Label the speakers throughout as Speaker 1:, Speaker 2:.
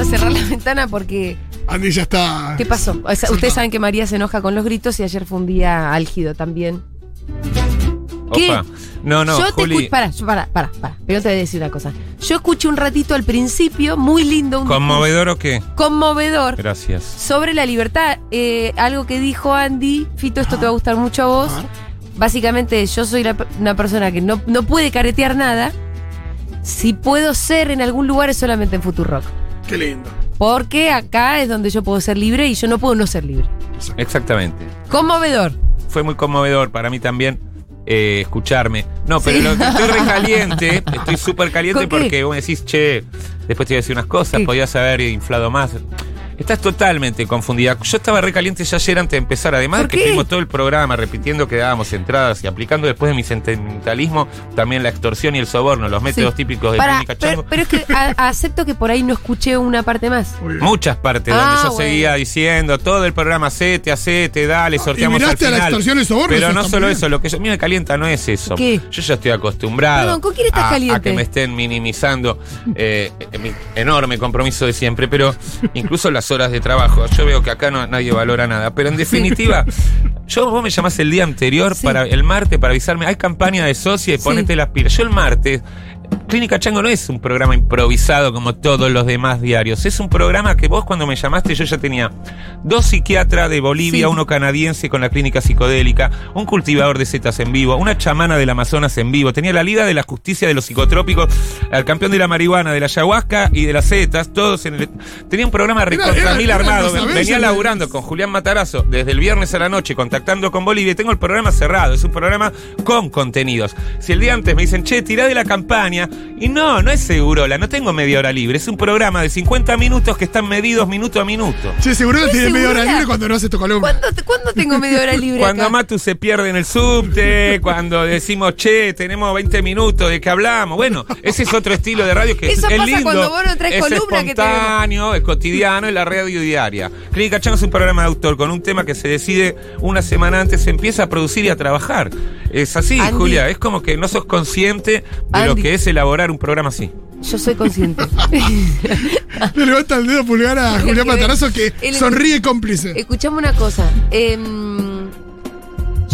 Speaker 1: a cerrar la ventana porque.
Speaker 2: Andy ya está.
Speaker 1: ¿Qué pasó? O sea, ustedes saben que María se enoja con los gritos y ayer fue un día álgido también. ¿Qué?
Speaker 3: Opa. No, no,
Speaker 1: yo te
Speaker 3: Juli.
Speaker 1: escucho. Pará, yo- pará, pará, pará. Pero te voy a decir una cosa. Yo escuché un ratito al principio, muy lindo, un
Speaker 3: ¿Conmovedor o qué?
Speaker 1: discurso conmovedor
Speaker 3: Gracias.
Speaker 1: sobre la libertad. Eh, algo que dijo Andy, Fito, esto te va a gustar mucho a vos.
Speaker 2: Ajá.
Speaker 1: Básicamente, yo soy la pe- una persona que no, no puede caretear nada. Si puedo ser en algún lugar es solamente en Futurock.
Speaker 2: Qué lindo.
Speaker 1: Porque acá es donde yo puedo ser libre y yo no puedo no ser libre.
Speaker 3: Exactamente.
Speaker 1: Conmovedor.
Speaker 3: Fue muy conmovedor para mí también eh, escucharme. No, pero lo que estoy recaliente, estoy súper caliente
Speaker 1: ¿Con qué?
Speaker 3: porque vos me decís, che, después te voy a decir unas cosas,
Speaker 1: ¿Qué?
Speaker 3: podías haber inflado más. Estás totalmente confundida. Yo estaba recaliente ya ayer antes de empezar. Además de
Speaker 1: ¿Por
Speaker 3: que
Speaker 1: qué?
Speaker 3: estuvimos todo el programa repitiendo que dábamos entradas y aplicando después de mi sentimentalismo también la extorsión y el soborno, los métodos
Speaker 1: Sí.
Speaker 3: típicos de
Speaker 1: Pará,
Speaker 3: Mónica Chango.
Speaker 1: pero, pero es que a- acepto que por ahí no escuché una parte más.
Speaker 2: Muy bien.
Speaker 3: Muchas partes
Speaker 1: Ah,
Speaker 3: donde yo
Speaker 1: bueno.
Speaker 3: seguía diciendo todo el programa hacete, hacete, dale, sorteamos al
Speaker 2: miraste a
Speaker 3: final.
Speaker 2: la extorsión y soborno,
Speaker 3: Pero
Speaker 2: eso
Speaker 3: no
Speaker 2: está
Speaker 3: solo
Speaker 2: muy bien.
Speaker 3: eso, lo que yo, a mí me calienta no es eso.
Speaker 1: ¿Qué?
Speaker 3: Yo ya estoy acostumbrado
Speaker 1: Perdón, ¿con quién estás
Speaker 3: a,
Speaker 1: caliente?
Speaker 3: a que me estén minimizando eh, mi enorme compromiso de siempre, pero incluso las horas de trabajo. Yo veo que acá no, nadie valora nada. Pero en definitiva, yo vos me llamás el día anterior,
Speaker 1: Sí.
Speaker 3: para el martes, para avisarme, hay campaña de socia y
Speaker 1: Sí.
Speaker 3: ponete las pilas. Yo el martes. Clínica Chango no es un programa improvisado como todos los demás diarios. Es un programa que vos cuando me llamaste yo ya tenía dos psiquiatras de Bolivia,
Speaker 1: Sí.
Speaker 3: uno canadiense con la clínica psicodélica, un cultivador de setas en vivo, una chamana del Amazonas en vivo. Tenía la Liga de la Justicia de los Psicotrópicos, al campeón de la marihuana, de la ayahuasca y de las setas, todos en el... Tenía un programa recontra
Speaker 2: era-
Speaker 3: mil
Speaker 2: era
Speaker 3: armado.
Speaker 2: Rosa
Speaker 3: Venía
Speaker 2: Belli.
Speaker 3: laburando con Julián Matarazo desde el viernes a la noche contactando con Bolivia y tengo el programa cerrado. Es un programa con contenidos. Si el día antes me dicen, che, tirá de la campaña, y no, no es Segurola, no tengo media hora libre. Es un programa de 50 minutos que están medidos minuto a minuto.
Speaker 2: Che, seguro que
Speaker 1: Estoy
Speaker 2: tiene media hora
Speaker 1: segura.
Speaker 2: libre cuando no haces tu columna.
Speaker 1: ¿Cuándo, te- cuándo tengo media hora libre?
Speaker 3: Cuando
Speaker 1: acá?
Speaker 3: Matu se pierde en el subte, cuando decimos, che, tenemos 20 minutos, ¿de qué hablamos? Bueno, ese es otro estilo de radio que
Speaker 1: Eso
Speaker 3: es
Speaker 1: pasa
Speaker 3: lindo.
Speaker 1: cuando vos no traes
Speaker 3: es
Speaker 1: columna que te-
Speaker 3: espontáneo, es cotidiano, es la radio diaria. Clínica Chango es un programa de autor con un tema que se decide una semana antes, se empieza a producir y a trabajar. Es así,
Speaker 1: Andy.
Speaker 3: Julia, es como que no sos consciente de lo
Speaker 1: Andy.
Speaker 3: que es elaborar un programa así.
Speaker 1: Yo soy consciente.
Speaker 2: Le levanta el dedo pulgar a Julián Matarazo que
Speaker 1: Él-
Speaker 2: sonríe cómplice.
Speaker 1: Escuchame una cosa. Em,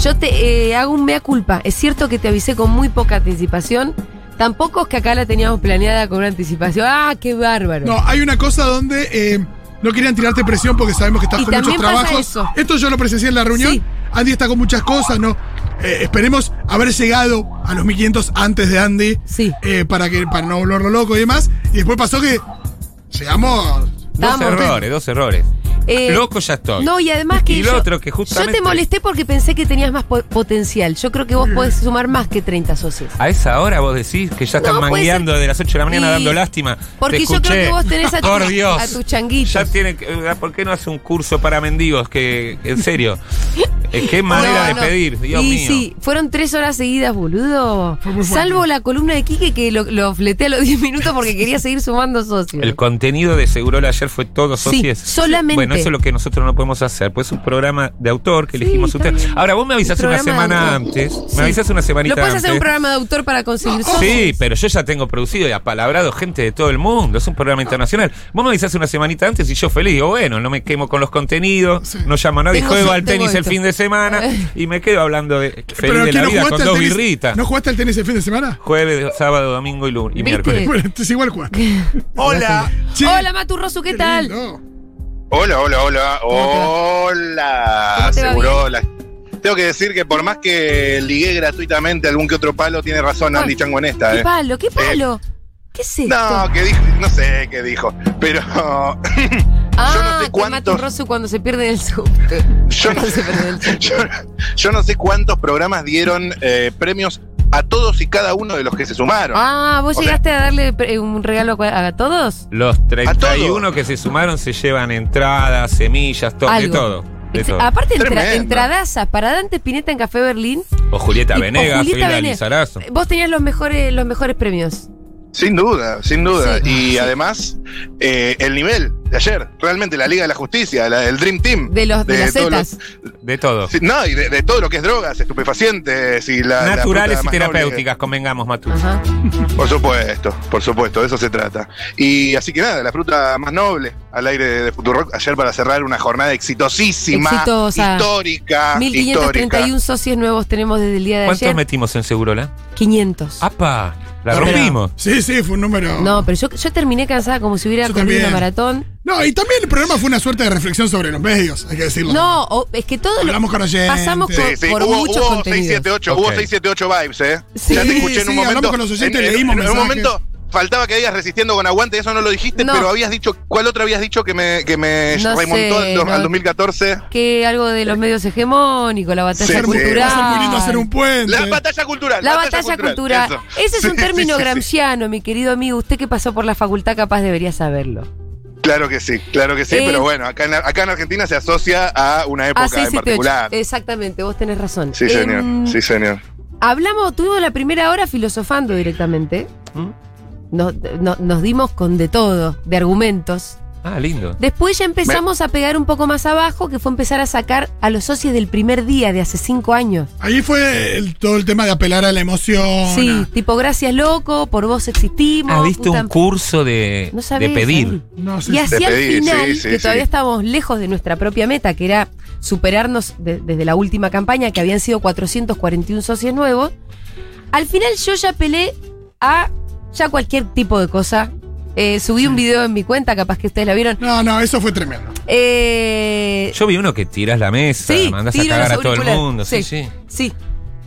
Speaker 1: yo te eh, hago un mea culpa. Es cierto que te avisé con muy poca anticipación. Tampoco es que acá la teníamos planeada con una anticipación. ¡Ah, qué bárbaro!
Speaker 2: No, hay una cosa donde eh, no querían tirarte presión porque sabemos que estás
Speaker 1: Y
Speaker 2: con muchos
Speaker 1: también pasa
Speaker 2: trabajos.
Speaker 1: eso.
Speaker 2: Esto yo lo presencié en la reunión.
Speaker 1: Sí.
Speaker 2: Andy está con muchas cosas, ¿no? Eh, esperemos haber llegado a los 1500 antes de Andy
Speaker 1: Sí.
Speaker 2: eh, para, que, para no volverlo loco y demás. Y después pasó que llegamos.
Speaker 3: Dos
Speaker 1: Estamos-
Speaker 3: errores, dos errores.
Speaker 1: Eh,
Speaker 3: Loco ya estoy.
Speaker 1: No, y además que.
Speaker 3: Y lo
Speaker 1: yo,
Speaker 3: otro que justamente-
Speaker 1: Yo te molesté porque pensé que tenías más po- potencial. Yo creo que vos podés sumar más que 30 socios.
Speaker 3: A esa hora vos decís que ya están
Speaker 1: No, puede
Speaker 3: mangueando
Speaker 1: ser.
Speaker 3: de las 8 de la mañana
Speaker 1: Y-
Speaker 3: dando lástima.
Speaker 1: Porque
Speaker 3: Te
Speaker 1: yo creo
Speaker 3: escuché.
Speaker 1: que vos tenés a tu-
Speaker 3: Por Dios.
Speaker 1: a tus changuitos.
Speaker 3: Ya tienen que- eh, ¿Por qué no hace un curso para mendigos? Que, en serio. Eh, qué
Speaker 1: No,
Speaker 3: manera
Speaker 1: no.
Speaker 3: de pedir, Dios
Speaker 1: y
Speaker 3: mío.
Speaker 1: sí, fueron tres horas seguidas, boludo.
Speaker 2: Fue muy fuerte.
Speaker 1: Salvo la columna de Quique que lo, lo fleté a los 10 minutos porque quería seguir sumando socios.
Speaker 3: El contenido de Segurola ayer fue todo
Speaker 1: Sí,
Speaker 3: socies.
Speaker 1: solamente.
Speaker 3: Bueno, eso es lo que nosotros no podemos hacer, pues es un programa de autor que elegimos
Speaker 1: está
Speaker 3: ustedes.
Speaker 1: bien.
Speaker 3: Ahora, vos me avisás
Speaker 1: Un
Speaker 3: una
Speaker 1: programa de
Speaker 3: semana
Speaker 1: autor.
Speaker 3: antes.
Speaker 1: Sí.
Speaker 3: Me avisás una semanita
Speaker 1: Lo puedes hacer un
Speaker 3: antes.
Speaker 1: programa de autor para conseguir socios.
Speaker 3: Sí, pero yo ya tengo producido y apalabrado gente de todo el mundo. Es un programa internacional. Vos me avisás una semanita antes y yo feliz. Digo, bueno, no me quemo con los contenidos, no llamo a nadie,
Speaker 1: Tengo-
Speaker 3: juego al
Speaker 1: tengo
Speaker 3: tenis el
Speaker 1: esto. Eh.
Speaker 3: fin de semana y me quedo hablando de feliz de
Speaker 2: ¿qué,
Speaker 3: la vida con
Speaker 2: al
Speaker 3: dos
Speaker 2: tenis?
Speaker 3: birritas.
Speaker 2: ¿No jugaste al tenis el fin de semana?
Speaker 3: Jueves, sábado, domingo y, lu- y
Speaker 1: ¿Viste?
Speaker 3: miércoles.
Speaker 2: Bueno, entonces igual jugaste.
Speaker 4: Hola.
Speaker 2: Che,
Speaker 1: Hola, Matu Rosu, ¿qué, tal?
Speaker 2: lindo.
Speaker 4: Hola, hola, hola.
Speaker 1: ¿Cómo te va? ¿Cómo
Speaker 4: Hola.
Speaker 1: te va,
Speaker 4: Seguro. la- Tengo que decir que por más que ligué gratuitamente algún que otro palo, tiene razón
Speaker 1: Ah.
Speaker 4: Andy Chango en esta.
Speaker 1: ¿Qué
Speaker 4: eh.
Speaker 1: palo? ¿Qué palo? ¿Qué es esto?
Speaker 4: No, que dijo, no sé qué dijo, pero
Speaker 1: ah,
Speaker 4: yo no sé
Speaker 1: con Matu
Speaker 4: cuántos-
Speaker 1: Rosu cuando se pierde en el subte.
Speaker 4: yo no,
Speaker 1: Cuando se pierde en el subte.
Speaker 4: yo, yo no sé cuántos programas dieron eh, premios a todos y cada uno de los que se sumaron.
Speaker 1: Ah, ¿vos
Speaker 4: O sea-
Speaker 1: llegaste a darle eh, un regalo a a todos?
Speaker 3: Los
Speaker 4: A todo.
Speaker 3: 31 que se sumaron se llevan entradas, semillas, to- de
Speaker 1: Algo.
Speaker 3: todo. De
Speaker 1: Este,
Speaker 3: todo.
Speaker 1: Aparte, entra-
Speaker 4: Tremendo.
Speaker 1: entradazas para Dante Pineta en Café Berlín.
Speaker 3: O Julieta
Speaker 1: Y- o
Speaker 3: Venegas,
Speaker 1: Julieta
Speaker 3: Julieta
Speaker 1: Venegas.
Speaker 3: Lizarazo.
Speaker 1: Vos tenías los mejores, los mejores premios.
Speaker 4: Sin duda, sin duda.
Speaker 1: Sí.
Speaker 4: y además, eh, el nivel de ayer, realmente la Liga de la Justicia, la, el Dream Team.
Speaker 1: De, los, de, las
Speaker 4: todos los-
Speaker 1: Zetas.
Speaker 3: De todo.
Speaker 4: Sí, no, y de, de todo lo que es drogas, estupefacientes y la. la
Speaker 3: Naturales
Speaker 4: fruta
Speaker 3: y
Speaker 4: más noble.
Speaker 3: terapéuticas, convengamos, Matu.
Speaker 1: Ajá.
Speaker 4: Por supuesto, por supuesto, de eso se trata. Y así que nada, la fruta más noble al aire de, de Futurock ayer para cerrar una jornada exitosísima,
Speaker 1: Exitosa.
Speaker 4: histórica, Ah, histórica.
Speaker 1: 1531 socios nuevos tenemos desde el día de
Speaker 3: ¿Cuántos
Speaker 1: ayer.
Speaker 3: metimos en Segurola?
Speaker 1: 500.
Speaker 4: Ah.
Speaker 3: ¡Apa! La
Speaker 2: Pero-
Speaker 3: rompimos.
Speaker 2: Sí, sí, fue un número.
Speaker 1: No, pero yo, yo terminé cansada como si hubiera
Speaker 2: Yo
Speaker 1: corrido una
Speaker 2: también.
Speaker 1: maratón.
Speaker 2: No, y también el programa fue una suerte de reflexión sobre los medios, hay que decirlo.
Speaker 1: No, o- es que todo lo
Speaker 2: Hablamos con oyentes.
Speaker 1: pasamos con-
Speaker 4: Sí, sí,
Speaker 1: por
Speaker 4: hubo,
Speaker 1: muchos
Speaker 4: hubo
Speaker 1: contenidos.
Speaker 4: 678,
Speaker 3: Ok.
Speaker 4: hubo 678 vibes, ¿eh?
Speaker 1: Sí,
Speaker 4: ya te escuché en
Speaker 2: sí,
Speaker 4: un
Speaker 2: hablamos
Speaker 4: momento.
Speaker 2: con los oyentes,
Speaker 4: en, en-
Speaker 2: leímos
Speaker 4: en un
Speaker 2: mensajes.
Speaker 4: momento faltaba que digas resistiendo con aguante, eso no lo dijiste,
Speaker 1: No.
Speaker 4: pero habías dicho, ¿cuál otro habías dicho que me, que me
Speaker 1: No
Speaker 4: remontó
Speaker 1: sé,
Speaker 4: al dos-
Speaker 1: no.
Speaker 4: al 2014?
Speaker 1: que algo de los medios hegemónicos, la batalla
Speaker 4: Sí, sí.
Speaker 1: cultural.
Speaker 2: Va a ser muy lindo hacer un puente.
Speaker 4: La batalla cultural.
Speaker 1: La batalla cultural.
Speaker 4: eso.
Speaker 1: Ese es un
Speaker 4: Sí,
Speaker 1: término
Speaker 4: sí, sí, sí.
Speaker 1: gramsciano, mi querido amigo. Usted que pasó por la facultad capaz debería saberlo.
Speaker 4: Claro que sí, claro que sí,
Speaker 1: Eh,
Speaker 4: pero bueno, acá en, la- acá en Argentina se asocia a una época
Speaker 1: Ah, sí,
Speaker 4: en
Speaker 1: sí, te-
Speaker 4: particular.
Speaker 1: Exactamente, vos tenés razón.
Speaker 4: Sí, señor.
Speaker 1: Em,
Speaker 4: Sí, señor.
Speaker 1: Hablamos, tuvimos la primera hora filosofando directamente.
Speaker 3: ¿Mm?
Speaker 1: Nos, no- nos dimos con de todo, de argumentos.
Speaker 3: Ah, lindo.
Speaker 1: Después ya empezamos a pegar un poco más abajo, que fue empezar a sacar a los socios del primer día de hace cinco años.
Speaker 2: Ahí fue el- todo el tema de apelar a la emoción.
Speaker 1: Sí,
Speaker 2: a-
Speaker 1: tipo, gracias loco, por vos existimos.
Speaker 3: Ah, viste
Speaker 1: puta-
Speaker 3: un curso de,
Speaker 1: No
Speaker 3: de
Speaker 1: sabés,
Speaker 3: pedir.
Speaker 1: Ari.
Speaker 2: No sé.
Speaker 1: Y así
Speaker 4: De
Speaker 1: al
Speaker 4: pedir,
Speaker 1: final,
Speaker 4: sí, sí,
Speaker 1: que
Speaker 4: sí.
Speaker 1: todavía estábamos lejos de nuestra propia meta, que era superarnos de- desde la última campaña, que habían sido 441 socios nuevos, al final yo ya apelé a ya cualquier tipo de cosa. Eh, subí un video en mi cuenta, capaz que ustedes la vieron.
Speaker 2: No, no, eso fue tremendo.
Speaker 1: Eh,
Speaker 3: Yo vi uno que tiras la mesa,
Speaker 1: Sí,
Speaker 3: mandas a
Speaker 1: tiro
Speaker 3: cagar
Speaker 1: los
Speaker 3: a todo el
Speaker 1: auriculares.
Speaker 3: mundo. Sí, sí.
Speaker 1: Sí. sí,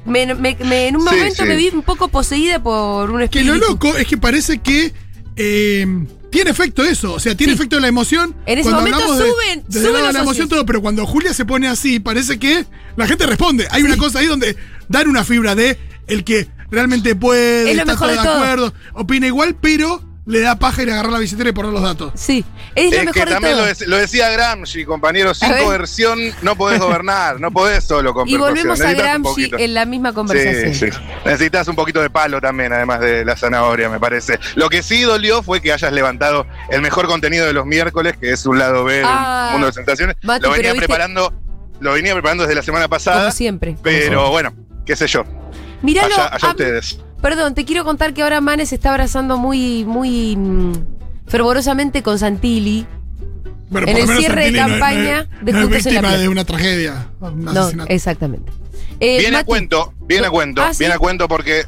Speaker 1: Me- me- me- en un
Speaker 4: Sí,
Speaker 1: momento
Speaker 4: sí.
Speaker 1: me vi un poco poseída por un
Speaker 2: Que
Speaker 1: espíritu.
Speaker 2: lo loco es que parece que eh, tiene efecto eso. O sea, tiene
Speaker 1: Sí.
Speaker 2: efecto la emoción.
Speaker 1: En ese
Speaker 2: Cuando
Speaker 1: momento
Speaker 2: hablamos de-
Speaker 1: suben,
Speaker 2: de
Speaker 1: suben
Speaker 2: lado
Speaker 1: los
Speaker 2: la emoción
Speaker 1: socios.
Speaker 2: todo, pero cuando Julia se pone así, parece que la gente responde. Hay una cosa ahí donde dan una fibra de el que realmente puede,
Speaker 1: Es lo
Speaker 2: está
Speaker 1: mejor
Speaker 2: todo
Speaker 1: de
Speaker 2: de
Speaker 1: todo.
Speaker 2: acuerdo, opina igual, pero le da paja ir a agarrar la billetera y poner los datos.
Speaker 1: Sí, es lo
Speaker 4: Es que
Speaker 1: mejor de
Speaker 4: también
Speaker 1: todo.
Speaker 4: lo, dec- lo decía Gramsci, compañero, sin
Speaker 1: ver.
Speaker 4: coerción no podés gobernar, no podés solo con
Speaker 1: Y volvemos a
Speaker 4: persuasión, necesitas un
Speaker 1: Gramsci
Speaker 4: poquito.
Speaker 1: en la misma conversación.
Speaker 4: Sí, sí. Necesitas un poquito de palo también, además de la zanahoria, me parece. Lo que sí dolió fue que hayas levantado el mejor contenido de los miércoles, que es un lado B del
Speaker 1: Ah,
Speaker 4: mundo de sensaciones.
Speaker 1: Mati,
Speaker 4: lo venía
Speaker 1: pero viste-
Speaker 4: preparando, lo venía preparando desde la semana
Speaker 1: Como
Speaker 4: pasada,
Speaker 1: siempre.
Speaker 4: pero bueno, qué sé yo.
Speaker 1: Míralo.
Speaker 4: allá allá
Speaker 1: ah,
Speaker 4: ustedes.
Speaker 1: Perdón, te quiero contar que ahora Manes está abrazando muy, muy mm, fervorosamente con Santilli.
Speaker 2: Pero
Speaker 1: En
Speaker 2: por lo
Speaker 1: el
Speaker 2: menos
Speaker 1: cierre de
Speaker 2: Santilli no es-
Speaker 1: campaña
Speaker 2: no es,
Speaker 1: de
Speaker 2: no
Speaker 1: Juntos
Speaker 2: es
Speaker 1: en la
Speaker 2: víctima
Speaker 1: Plata.
Speaker 2: de una tragedia, un
Speaker 1: No,
Speaker 2: asesinato.
Speaker 1: exactamente. Eh,
Speaker 4: Viene a
Speaker 1: Mati,
Speaker 4: cuento, viene a cuento,
Speaker 1: Ah, ¿sí?
Speaker 4: viene a cuento porque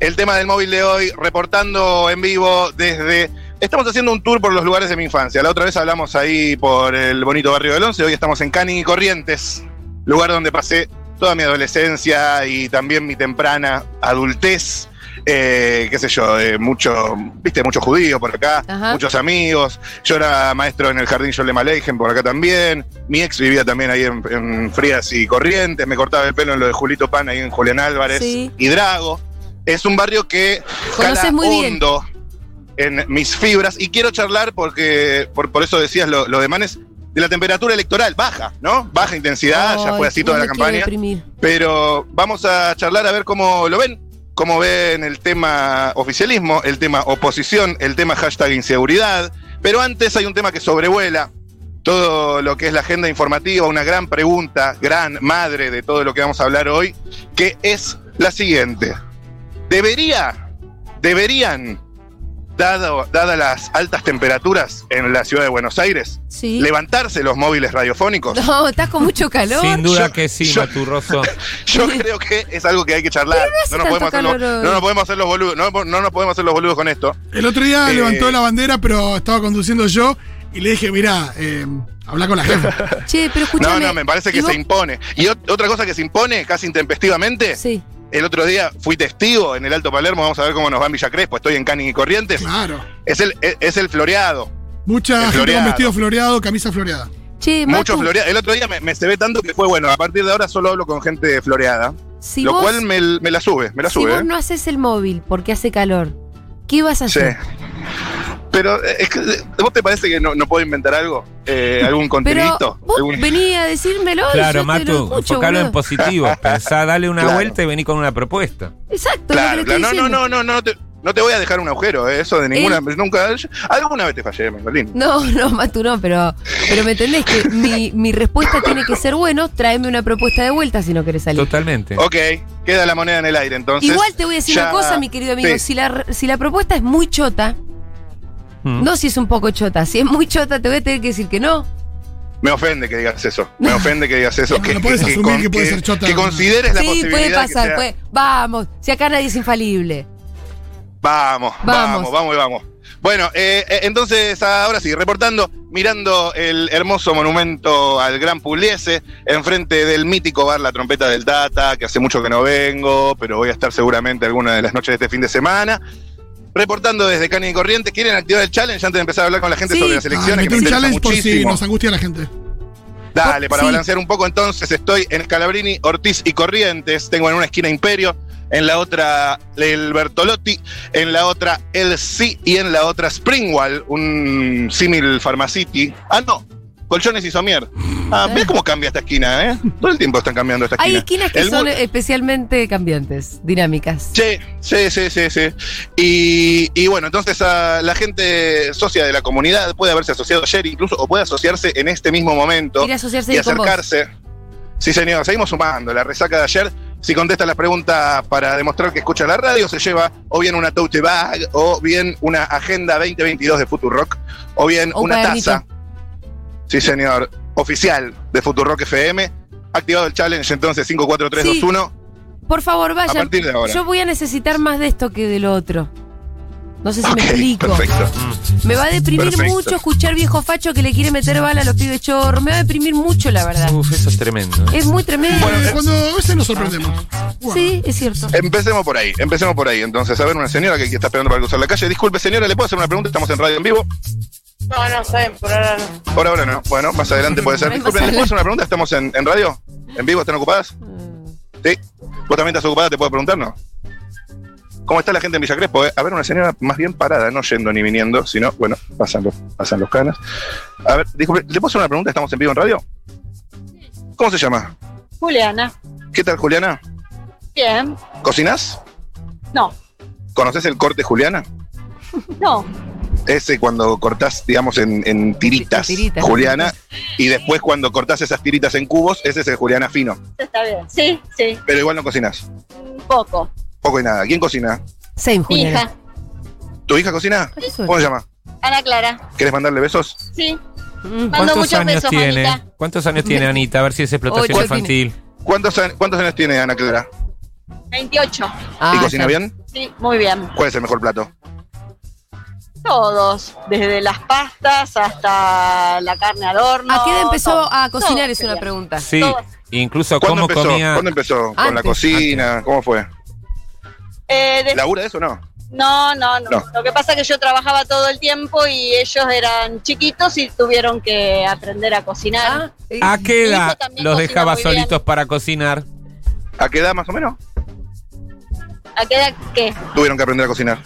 Speaker 4: el tema del móvil de hoy, reportando en vivo desde... Estamos haciendo un tour por los lugares de mi infancia. La otra vez hablamos ahí por el bonito barrio del Once, hoy estamos en Cani y Corrientes, lugar donde pasé toda mi adolescencia y también mi temprana adultez. Eh, qué sé yo, eh, mucho, viste, mucho judío por acá,
Speaker 1: Ajá.
Speaker 4: muchos amigos. Yo era maestro en el jardín Yolem Aleijen por acá también. Mi ex vivía también ahí en, en Frías y Corrientes. Me cortaba el pelo en lo de Julito Pan, ahí en Julián Álvarez
Speaker 1: Sí.
Speaker 4: y Drago. Es un barrio que
Speaker 1: Conoces
Speaker 4: cala
Speaker 1: muy bien.
Speaker 4: hondo en mis fibras. Y quiero charlar porque, por, por eso decías lo, lo de Manes, de la temperatura electoral. Baja, ¿no? Baja intensidad, ya
Speaker 1: Ay,
Speaker 4: fue así
Speaker 1: no
Speaker 4: toda la
Speaker 1: me quiero
Speaker 4: campaña.
Speaker 1: deprimir.
Speaker 4: Pero vamos a charlar a ver cómo lo ven, cómo ven el tema oficialismo, el tema oposición, el tema hashtag inseguridad. Pero antes hay un tema que sobrevuela todo lo que es la agenda informativa, una gran pregunta, gran madre de todo lo que vamos a hablar hoy, que es la siguiente. ¿Debería, deberían, dado- dadas las altas temperaturas en la ciudad de Buenos Aires,
Speaker 1: Sí.
Speaker 4: levantarse los móviles radiofónicos?
Speaker 1: No, estás con mucho calor.
Speaker 3: Sin duda
Speaker 4: Yo-
Speaker 3: que sí,
Speaker 4: yo-
Speaker 3: Maturroso.
Speaker 4: Yo creo que es algo que hay que charlar.
Speaker 1: hace
Speaker 4: No nos,
Speaker 1: tanto
Speaker 4: podemos hacer los,
Speaker 1: calor hoy.
Speaker 4: no nos podemos hacer los boludos. No, no nos podemos hacer los boludos con esto.
Speaker 2: El otro día
Speaker 4: Eh,
Speaker 2: levantó la bandera, pero estaba conduciendo yo y le dije, mirá, eh, habla con la jefa.
Speaker 1: Che, pero
Speaker 4: No,
Speaker 1: escúchame.
Speaker 4: no, me parece
Speaker 1: ¿y
Speaker 4: que
Speaker 1: vos-
Speaker 4: se impone. Y ot- otra cosa que se impone casi intempestivamente,
Speaker 1: Sí.
Speaker 4: el otro día fui testigo en el Alto Palermo, vamos a ver cómo nos va en Villa Crespo, estoy en Canning y Corrientes,
Speaker 2: claro.
Speaker 4: es el, es, es el floreado.
Speaker 2: Mucha
Speaker 4: El
Speaker 2: gente con
Speaker 4: floreado.
Speaker 2: vestido floreado, camisa floreada.
Speaker 1: Che,
Speaker 4: Mucho
Speaker 1: Matu,
Speaker 4: floreado. El otro día me, me se ve tanto que fue bueno, a partir de ahora solo hablo con gente floreada,
Speaker 1: si
Speaker 4: lo
Speaker 1: vos,
Speaker 4: cual me, me la sube, me la
Speaker 1: si
Speaker 4: sube.
Speaker 1: vos
Speaker 4: ¿eh?
Speaker 1: no haces el móvil porque hace calor, ¿qué vas a
Speaker 4: Sí.
Speaker 1: hacer?
Speaker 4: Pero, eh, es que, eh, ¿vos te parece que no, no puedo inventar algo? Eh, ¿Algún
Speaker 1: Pero
Speaker 4: contenido?
Speaker 1: vos vení a decírmelo y yo
Speaker 3: Claro,
Speaker 1: te lo
Speaker 3: Matu,
Speaker 1: escucho,
Speaker 3: enfocalo en
Speaker 1: boludo.
Speaker 3: positivo. Pensá, dale una
Speaker 4: Claro.
Speaker 3: vuelta y vení con una propuesta.
Speaker 1: Exacto,
Speaker 4: Claro,
Speaker 1: lo que le
Speaker 4: claro. No,
Speaker 1: estoy
Speaker 4: no,
Speaker 1: diciendo.
Speaker 4: no, no, no. te- No te voy a dejar un agujero, eh, eso de ninguna. Nunca. Alguna vez te fallé, Mengolín.
Speaker 1: No, no, Matu, no, pero, pero me entendés que mi, mi respuesta tiene que ser, bueno, tráeme una propuesta de vuelta si no querés salir.
Speaker 3: Totalmente.
Speaker 4: Ok, queda la moneda en el aire, entonces.
Speaker 1: Igual te voy a decir
Speaker 4: ya-
Speaker 1: una cosa, mi querido amigo.
Speaker 4: Sí.
Speaker 1: Si, la, si la propuesta es muy chota,
Speaker 3: Mm.
Speaker 1: no si es un poco chota, si es muy chota, te voy a tener que decir que no.
Speaker 4: Me ofende que digas eso. Me ofende que digas eso.
Speaker 2: No, no puedes asumir que puede ser chota.
Speaker 4: que consideres la
Speaker 1: sí,
Speaker 4: posibilidad.
Speaker 1: puede
Speaker 4: que
Speaker 1: pasar.
Speaker 4: sea-
Speaker 1: Puede, vamos, si acá nadie es infalible.
Speaker 4: Vamos,
Speaker 1: Vamos.
Speaker 4: vamos, vamos y vamos. Bueno, eh, eh, entonces ahora sí, reportando, mirando el hermoso monumento al Gran Pugliese, enfrente del mítico bar La Trompeta del Tata, que hace mucho que no vengo, pero voy a estar seguramente alguna de las noches de este fin de semana. Reportando desde Cani y Corrientes, ¿quieren activar el challenge antes de empezar a hablar con la gente
Speaker 1: Sí.
Speaker 4: sobre las
Speaker 2: Ah,
Speaker 4: elecciones?
Speaker 2: metí
Speaker 4: que me
Speaker 2: un
Speaker 4: interesa
Speaker 2: challenge por si
Speaker 4: muchísimo.
Speaker 2: nos angustia la gente.
Speaker 4: Dale, para
Speaker 1: Sí.
Speaker 4: balancear un poco entonces, estoy en Scalabrini, Ortiz y Corrientes. Tengo en una esquina Imperio, en la otra el Bertolotti, en la otra el Sí y en la otra Springwall, un símil Pharmacity. Ah, no, Colchones y Somier. Ah, ¿ves cómo cambia esta esquina, eh? Todo el tiempo están cambiando esta
Speaker 1: Hay
Speaker 4: esquina.
Speaker 1: esquinas que
Speaker 4: El
Speaker 1: son
Speaker 4: mu-
Speaker 1: especialmente cambiantes, dinámicas.
Speaker 4: Sí, sí, sí, sí, sí. Y, y bueno, entonces a la gente socia de la comunidad puede haberse asociado ayer incluso o puede asociarse en este mismo momento
Speaker 1: Ir a asociarse
Speaker 4: y
Speaker 1: con vos.
Speaker 4: acercarse. Sí, señor, seguimos sumando. La resaca de ayer, si contesta las preguntas para demostrar que escucha la radio, se lleva o bien una tote bag, o bien una agenda 2022 de Futurock, o bien
Speaker 1: O un
Speaker 4: una
Speaker 1: cuadernito.
Speaker 4: taza. Sí, señor, oficial de Futurock FM. Activado el challenge entonces 54321
Speaker 1: Por favor,
Speaker 4: a
Speaker 1: vayan.
Speaker 4: partir de ahora.
Speaker 1: Yo voy a necesitar más de esto que de lo otro. No sé si me
Speaker 4: Ok,
Speaker 1: explico.
Speaker 4: Perfecto.
Speaker 1: Me va a deprimir
Speaker 4: Perfecto.
Speaker 1: mucho escuchar viejo facho que le quiere meter bala a los pibes chorros. Me va a deprimir mucho, la verdad.
Speaker 3: Uf, eso es tremendo. ¿eh?
Speaker 1: Es muy tremendo.
Speaker 2: Eh, cuando a veces nos sorprendemos. Bueno,
Speaker 1: sí, es cierto.
Speaker 4: eh, Empecemos por ahí, empecemos por ahí. Entonces, a ver, una señora que está esperando para cruzar la calle. Disculpe, señora, ¿le puedo hacer una pregunta? Estamos en radio en vivo.
Speaker 5: No, no saben, por ahora no.
Speaker 4: Por ahora no. Bueno, más adelante puede ser.
Speaker 1: Más
Speaker 4: Disculpen, ¿les puedo hacer una pregunta? ¿Estamos en, en radio? ¿En vivo? ¿Están ocupadas? Sí. ¿Vos también estás ocupada? ¿Te puedo preguntar? No. ¿Cómo está la gente en Villa Crespo? eh? A ver, una señora más bien parada, no yendo ni viniendo, sino, bueno, pasan los, pasan los canas. A ver, disculpe, ¿le puedo hacer una pregunta? ¿Estamos en vivo en radio? ¿Cómo se llama?
Speaker 5: Juliana,
Speaker 4: ¿Qué tal, Juliana?
Speaker 5: bien.
Speaker 4: ¿Cocinas?
Speaker 5: No,
Speaker 4: ¿Conoces el corte, Juliana?
Speaker 5: no.
Speaker 4: Ese cuando cortás, digamos, en, en tiritas,
Speaker 1: Tiritas.
Speaker 4: Juliana, y después cuando cortás esas tiritas en cubos, ese es el Juliana fino.
Speaker 5: Está bien. Sí, sí,
Speaker 4: Pero igual no cocinas.
Speaker 5: un poco.
Speaker 4: Poco y nada. ¿Quién cocina?
Speaker 1: Same,
Speaker 5: Mi
Speaker 1: Juliana.
Speaker 5: hija,
Speaker 4: ¿Tu hija cocina?
Speaker 1: Ay, eso-
Speaker 4: ¿Cómo se llama?
Speaker 5: Ana Clara.
Speaker 4: ¿Querés mandarle besos?
Speaker 5: Sí,
Speaker 1: Mm.
Speaker 5: Mando
Speaker 3: ¿Cuántos
Speaker 5: muchos
Speaker 3: años
Speaker 5: besos,
Speaker 3: tiene?
Speaker 5: Anita.
Speaker 3: ¿Cuántos años tiene Anita? A ver si es explotación
Speaker 1: Ocho
Speaker 3: infantil.
Speaker 4: ¿Cuántos, an- cuántos años tiene Ana Clara?
Speaker 5: 28.
Speaker 1: Ah,
Speaker 4: ¿Y cocina
Speaker 1: ya.
Speaker 4: bien?
Speaker 5: Sí, muy bien.
Speaker 4: ¿Cuál es el mejor plato?
Speaker 5: Todos, desde las pastas hasta la carne al horno.
Speaker 1: ¿A qué edad empezó
Speaker 5: todo.
Speaker 1: a cocinar?
Speaker 5: Todo
Speaker 1: Es una
Speaker 5: sería.
Speaker 1: pregunta.
Speaker 3: Sí.
Speaker 5: Todos.
Speaker 3: Incluso
Speaker 4: ¿Cuándo
Speaker 3: cómo
Speaker 4: empezó?
Speaker 3: comía.
Speaker 4: ¿Cuándo empezó? ¿Con la
Speaker 1: Antes.
Speaker 4: cocina? ¿Cómo fue?
Speaker 5: Eh, de-
Speaker 4: ¿Labura de eso o no?
Speaker 5: no, no, no,
Speaker 4: No.
Speaker 5: Lo que pasa es que yo trabajaba todo el tiempo y ellos eran chiquitos y tuvieron que aprender a cocinar.
Speaker 1: Ah, eh,
Speaker 3: ¿A qué
Speaker 5: Mi hijo
Speaker 3: edad
Speaker 5: también
Speaker 3: los
Speaker 5: cocina
Speaker 3: dejaba
Speaker 5: muy bien.
Speaker 3: solitos para cocinar?
Speaker 4: ¿A qué edad más o menos
Speaker 1: Ah.
Speaker 5: ¿A qué edad qué?
Speaker 4: tuvieron que aprender a cocinar?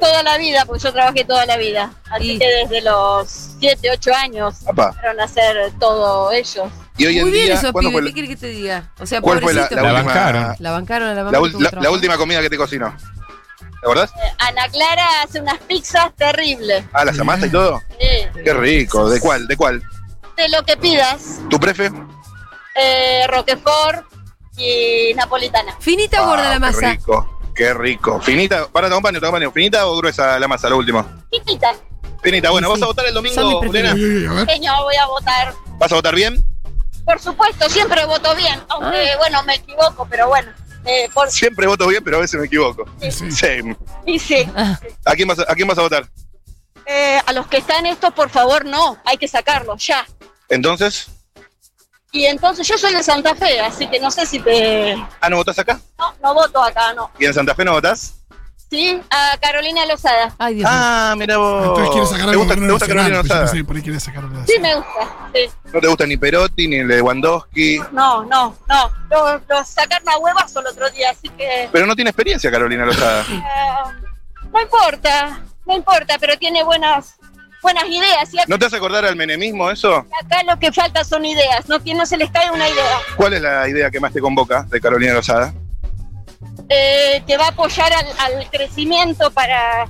Speaker 5: Toda la vida, porque yo trabajé toda la vida. Así
Speaker 1: Y-
Speaker 5: que desde los 7, 8 años
Speaker 4: Papá.
Speaker 5: empezaron a hacer todo ellos.
Speaker 4: Y hoy
Speaker 1: Muy
Speaker 4: en
Speaker 1: bien
Speaker 4: día,
Speaker 1: esos
Speaker 4: ¿cuándo
Speaker 1: pibes.
Speaker 4: fue,
Speaker 1: ¿Qué quieres que te diga? O sea,
Speaker 4: cuál fue la,
Speaker 1: pobrecito.
Speaker 4: la
Speaker 3: La
Speaker 4: última,
Speaker 3: bancaron.
Speaker 1: La bancaron a la mamá.
Speaker 4: la
Speaker 1: que
Speaker 4: ul-
Speaker 1: tuvo
Speaker 4: la-
Speaker 1: trabajo.
Speaker 4: la última comida que te cocinó? ¿Te acordás?
Speaker 5: Eh, Ana Clara hace unas pizzas terribles.
Speaker 4: Ah, las amasas y todo.
Speaker 5: Sí.
Speaker 4: Qué rico. ¿De cuál? ¿De cuál?
Speaker 5: De lo que pidas,
Speaker 4: ¿Tu prefe?
Speaker 5: eh, Roquefort y napolitana.
Speaker 1: Finita o gorda la
Speaker 4: Ah, Qué
Speaker 1: masa.
Speaker 4: rico. Qué rico. ¿Finita? Para, te acompaño, te acompaño. ¿Finita o gruesa la masa, lo último?
Speaker 5: Chiquita.
Speaker 4: Finita, bueno,
Speaker 1: Sí,
Speaker 4: ¿vas
Speaker 1: sí.
Speaker 4: a votar el
Speaker 1: Son mis
Speaker 4: domingo,
Speaker 1: preferidas.
Speaker 4: Juliana?
Speaker 2: uy, uy, uy, a ver.
Speaker 5: Señor, voy a votar.
Speaker 4: ¿Vas a votar bien?
Speaker 5: Por supuesto, siempre voto bien. Aunque, bueno, me equivoco, pero bueno. Eh, por sí.
Speaker 4: Siempre voto bien, pero a veces me equivoco.
Speaker 2: Sí.
Speaker 4: Same.
Speaker 5: Y sí.
Speaker 1: Ah,
Speaker 4: ¿A quién vas a, a quién vas a votar?
Speaker 5: Eh, a los que están estos, por favor, no. Hay que sacarlos ya.
Speaker 4: Entonces,
Speaker 5: Y entonces yo soy de Santa Fe, así que no sé si te...
Speaker 4: ¿ah, no votás acá?
Speaker 5: No, no voto acá, no.
Speaker 4: ¿Y en Santa Fe no votás?
Speaker 5: Sí, a Carolina Lozada.
Speaker 1: Ay, Dios mío.
Speaker 4: Ah, mira vos.
Speaker 2: Entonces quiere sacar
Speaker 4: ¿Te
Speaker 2: algo
Speaker 4: gusta,
Speaker 2: del
Speaker 4: te gusta
Speaker 2: gobierno
Speaker 4: Carolina
Speaker 2: nacional, pues yo
Speaker 4: Lozada?
Speaker 2: pensé que por ahí quería sacar algo de
Speaker 5: Sí
Speaker 2: eso.
Speaker 5: me gusta, sí.
Speaker 4: No te gusta ni Perotti, ni Lewandowski.
Speaker 5: No, no, no. Lo, lo sacaron a huevas el otro día, así que...
Speaker 4: Pero no tiene experiencia Carolina Lozada.
Speaker 5: eh, no importa, no importa, pero tiene buenas buenas ideas. Y acá,
Speaker 4: ¿No te hace acordar al menemismo eso?
Speaker 5: acá lo que falta son ideas. No, que no se les cae una idea.
Speaker 4: ¿Cuál es la idea que más te convoca de Carolina Lozada?
Speaker 5: eh, que va a apoyar al, al crecimiento para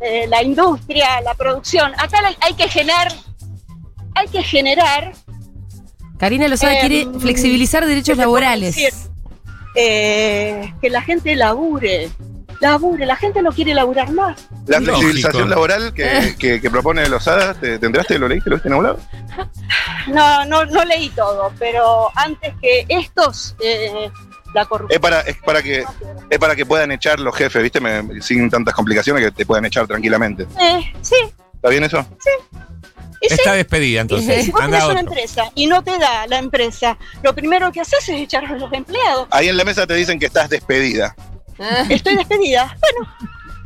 Speaker 5: eh, la industria, la producción. Acá la- hay que generar, hay que generar
Speaker 1: Karina Lozada
Speaker 5: Eh,
Speaker 1: quiere flexibilizar derechos
Speaker 5: ¿qué te puedo
Speaker 1: laborales.
Speaker 5: decir? eh, que la gente labure, labure. La gente no quiere laburar más.
Speaker 4: La
Speaker 3: Lógico.
Speaker 4: flexibilización laboral que, que, que propone Lozada, ¿te, te enteraste? ¿Lo leíste? ¿Lo viste en algún lado?
Speaker 5: No, no, no leí todo, pero antes que estos, eh, la corrupción.
Speaker 4: Es para, es para que es para que puedan echar los jefes, ¿viste? Me- sin tantas complicaciones que te puedan echar tranquilamente.
Speaker 5: Eh, sí,
Speaker 4: ¿Está bien eso?
Speaker 5: y sí,
Speaker 3: Está despedida, entonces.
Speaker 5: Si vos tenés
Speaker 3: Anda
Speaker 5: una
Speaker 3: otro.
Speaker 5: empresa y no te da la empresa, lo primero que haces es echar a los empleados.
Speaker 4: Ahí en la mesa te dicen que estás despedida.
Speaker 1: Ah,
Speaker 5: Estoy despedida. Bueno,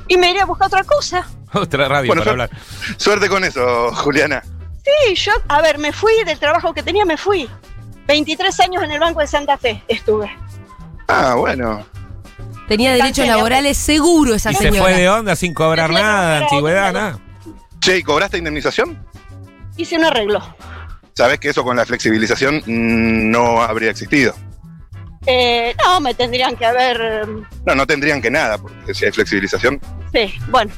Speaker 5: y me iré a buscar otra cosa.
Speaker 3: Otra radio
Speaker 4: Bueno,
Speaker 3: para
Speaker 4: yo-
Speaker 3: hablar.
Speaker 4: Suerte con eso, Juliana.
Speaker 5: Sí, yo, a ver, me fui del trabajo que tenía, me fui. 23 años en el Banco de Santa Fe estuve.
Speaker 4: Ah, bueno.
Speaker 1: Tenía derechos
Speaker 5: Cancela.
Speaker 1: laborales seguro esa
Speaker 3: Y se
Speaker 1: Ah, señora.
Speaker 3: fue de onda sin cobrar
Speaker 5: Se fue de
Speaker 3: nada,
Speaker 5: onda,
Speaker 3: antigüedad,
Speaker 5: era
Speaker 3: nada.
Speaker 4: Che, ¿y cobraste indemnización?
Speaker 5: Hice un arreglo.
Speaker 4: Sabes que eso con la flexibilización mm, no habría existido.
Speaker 5: Eh, no, me tendrían que haber. eh,
Speaker 4: No, no tendrían que nada, porque si hay flexibilización.
Speaker 5: Sí, bueno.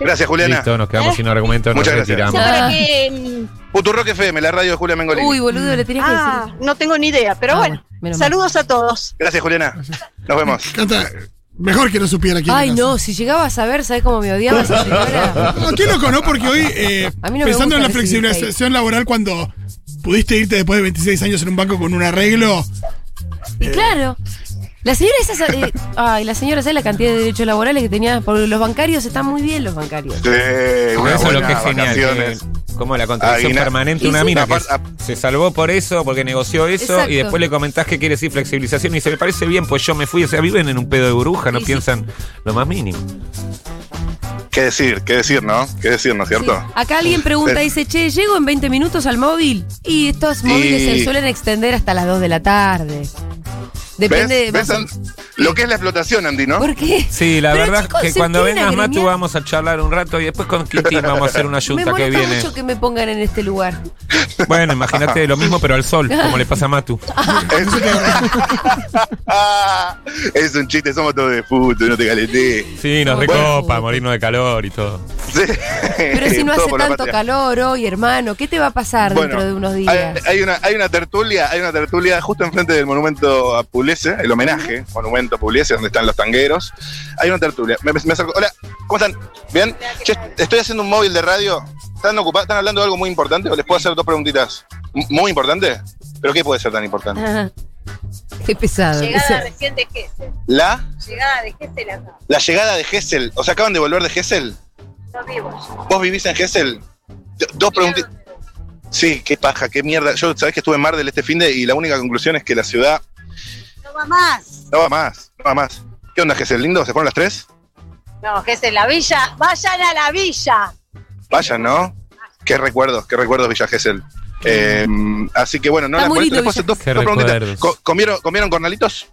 Speaker 4: Gracias, Juliana.
Speaker 3: Listo, nos quedamos
Speaker 5: ¿Eh?
Speaker 3: sin argumento, nos
Speaker 4: Muchas gracias.
Speaker 5: O
Speaker 3: retiramos.
Speaker 5: sea, para
Speaker 1: Ah.
Speaker 5: que, mm,
Speaker 4: Futurock FM, la radio de Julia Mengolini.
Speaker 1: Uy, boludo, le tenías que
Speaker 5: ah,
Speaker 1: decir.
Speaker 5: no tengo ni idea, pero
Speaker 1: Ah,
Speaker 5: bueno.
Speaker 1: bueno, menos mal.
Speaker 5: Saludos a todos.
Speaker 4: Gracias, Juliana. Nos vemos.
Speaker 2: Canta, mejor que no supiera quién
Speaker 1: Ay,
Speaker 2: era.
Speaker 1: no, si llegaba a saber, ¿sabes cómo me odiaba esa señora?
Speaker 2: No, qué loco, ¿no? Porque hoy, eh,
Speaker 1: A mí no me gusta
Speaker 2: pensando en la
Speaker 1: recibir
Speaker 2: flexibilización laboral, cuando pudiste irte después de 26 años en un banco con un arreglo,
Speaker 1: Y claro. La señora esa. eh, ay, la señora, ¿sabes la cantidad de derechos laborales que tenía? Porque los bancarios están muy bien, los bancarios.
Speaker 4: Sí,
Speaker 3: Pero
Speaker 4: unas
Speaker 3: eso es lo que es
Speaker 4: buenas
Speaker 3: genial.
Speaker 4: vacaciones.
Speaker 3: que- Como la contradicción
Speaker 4: Aguina-
Speaker 3: permanente,
Speaker 1: Y
Speaker 3: una
Speaker 1: sí.
Speaker 3: mina que
Speaker 4: Aparte- ap-
Speaker 3: se salvó por eso, porque negoció eso,
Speaker 1: Exacto.
Speaker 3: y después le comentás que quiere decir flexibilización, y dice, me parece bien, pues yo me fui. O sea, viven en un pedo de burbuja, no
Speaker 1: Y sí.
Speaker 3: piensan lo más mínimo.
Speaker 4: ¿Qué decir? ¿Qué decir, no? ¿Qué decir, no es cierto?
Speaker 1: Sí. Acá alguien pregunta,
Speaker 4: Eh.
Speaker 1: dice, che, llego en 20 minutos al móvil. Y estos móviles
Speaker 4: Y-
Speaker 1: se suelen extender hasta las 2 de la tarde. Depende
Speaker 4: ¿Ves? ¿Ves,
Speaker 1: de. más-
Speaker 4: An- lo que es la explotación, Andy, ¿no?
Speaker 1: ¿Por qué?
Speaker 3: Sí, la
Speaker 1: Pero,
Speaker 3: verdad
Speaker 1: chicos,
Speaker 3: que
Speaker 1: se
Speaker 3: cuando
Speaker 1: quieren
Speaker 3: vengas,
Speaker 1: agremiar.
Speaker 3: Matu, vamos a charlar un rato y después con Kitty vamos a hacer una
Speaker 1: Me
Speaker 3: junta que
Speaker 1: molesta
Speaker 3: viene.
Speaker 1: mucho que me pongan en este lugar.
Speaker 3: Bueno, imagínate lo mismo, pero al sol, como le pasa a Matu.
Speaker 4: Es, Es un chiste, somos todos de fútbol, no te calenté.
Speaker 3: Sí, nos
Speaker 1: Bueno.
Speaker 3: recopa, morirnos de calor y todo.
Speaker 1: Pero si no hace tanto calor hoy, hermano, ¿qué te va a pasar dentro de unos días?
Speaker 4: Hay, hay una, hay una tertulia, hay una tertulia justo enfrente del monumento a Pugliese, el homenaje, monumento a Pugliese, donde están los tangueros. Hay una tertulia. Me, me acerco. Hola, ¿cómo están? ¿Bien? Che, estoy haciendo un móvil de radio. ¿Están ocupados? ¿Están hablando de algo muy importante? ¿O les puedo hacer dos preguntitas? M- ¿Muy importante? ¿Pero qué puede ser tan importante?
Speaker 1: Ajá. Qué pesado.
Speaker 5: Llegada
Speaker 1: pesado.
Speaker 5: recién de Gessel.
Speaker 4: La,
Speaker 5: Llegada de Gessel acá.
Speaker 4: la llegada de Gessel. ¿O sea, acaban de volver de Gessel?
Speaker 5: No vivo yo.
Speaker 4: ¿Vos vivís en Gessel? D- Dos preguntitas. Sí, qué paja, qué mierda. Yo sabés que estuve en Mar del este fin de y la única conclusión es que la ciudad
Speaker 5: No va más.
Speaker 4: no va más, no va más. ¿Qué onda, Gessel? ¿Lindo? ¿Se fueron las tres?
Speaker 5: No, Gessel, la villa. Vayan a la villa.
Speaker 4: Vayan, ¿no? Qué recuerdos, qué recuerdos Villa Gesell. Eh, así que bueno, no
Speaker 1: Está
Speaker 4: la
Speaker 1: muy
Speaker 4: cuento.
Speaker 1: lindo
Speaker 4: Después
Speaker 1: Villa
Speaker 3: Gesell.
Speaker 4: dos, dos
Speaker 3: Qué
Speaker 4: preguntitas.
Speaker 3: recuerdos.
Speaker 4: Co- ¿Comieron, ¿Comieron cornalitos?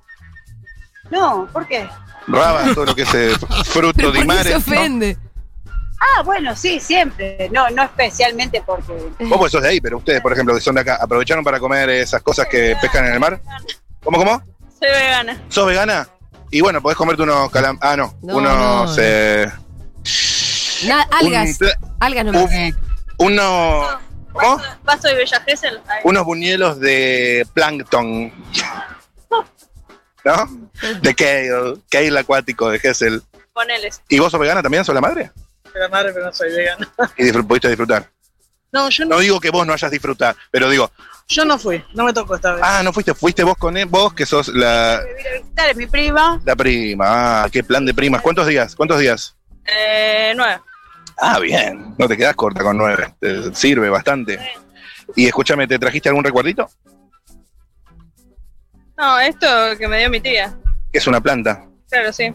Speaker 5: No, ¿por qué?
Speaker 4: Raba, todo lo que es eh,
Speaker 1: Pero
Speaker 4: fruto de
Speaker 1: ¿por qué se
Speaker 4: mares. ¿no?
Speaker 1: ofende?
Speaker 5: Ah, bueno, sí, siempre. No, no especialmente porque.
Speaker 4: Vos pues sos de ahí, pero ustedes, por ejemplo, que son de acá, ¿aprovecharon para comer esas cosas que pescan en el mar? ¿Cómo, cómo?
Speaker 5: Soy vegana.
Speaker 4: ¿Sos vegana? Y bueno, podés comerte unos calam... Ah, no.
Speaker 1: No, no.
Speaker 4: unos... eh,
Speaker 1: Na- algas.
Speaker 4: un pla-
Speaker 1: Algas nomás.
Speaker 4: un- unos... ¿Cómo?
Speaker 5: Paso de Bella Gesell.
Speaker 4: Unos buñuelos de plancton. ¿No? De kale. Kale acuático de Hessel.
Speaker 5: Poneles.
Speaker 4: ¿Y vos sos vegana también? ¿Sos la madre?
Speaker 5: La madre, pero no soy vegana.
Speaker 4: Y disfr- pudiste disfrutar.
Speaker 5: No, yo
Speaker 4: No digo que vos no hayas disfrutado, pero digo,
Speaker 5: yo no fui. No me tocó esta vez.
Speaker 4: ah, no fuiste, fuiste vos con él, vos que sos la,
Speaker 5: Me vine a visitar, es mi prima.
Speaker 4: la prima. Ah, qué plan de primas. ¿Cuántos días? ¿Cuántos días?
Speaker 5: Eh, nueve.
Speaker 4: Ah, bien. No te quedás corta con nueve. Te sirve bastante. Y escúchame, ¿te trajiste algún recuerdito?
Speaker 5: No, esto que me dio mi tía.
Speaker 4: Que es una planta.
Speaker 5: Claro, sí.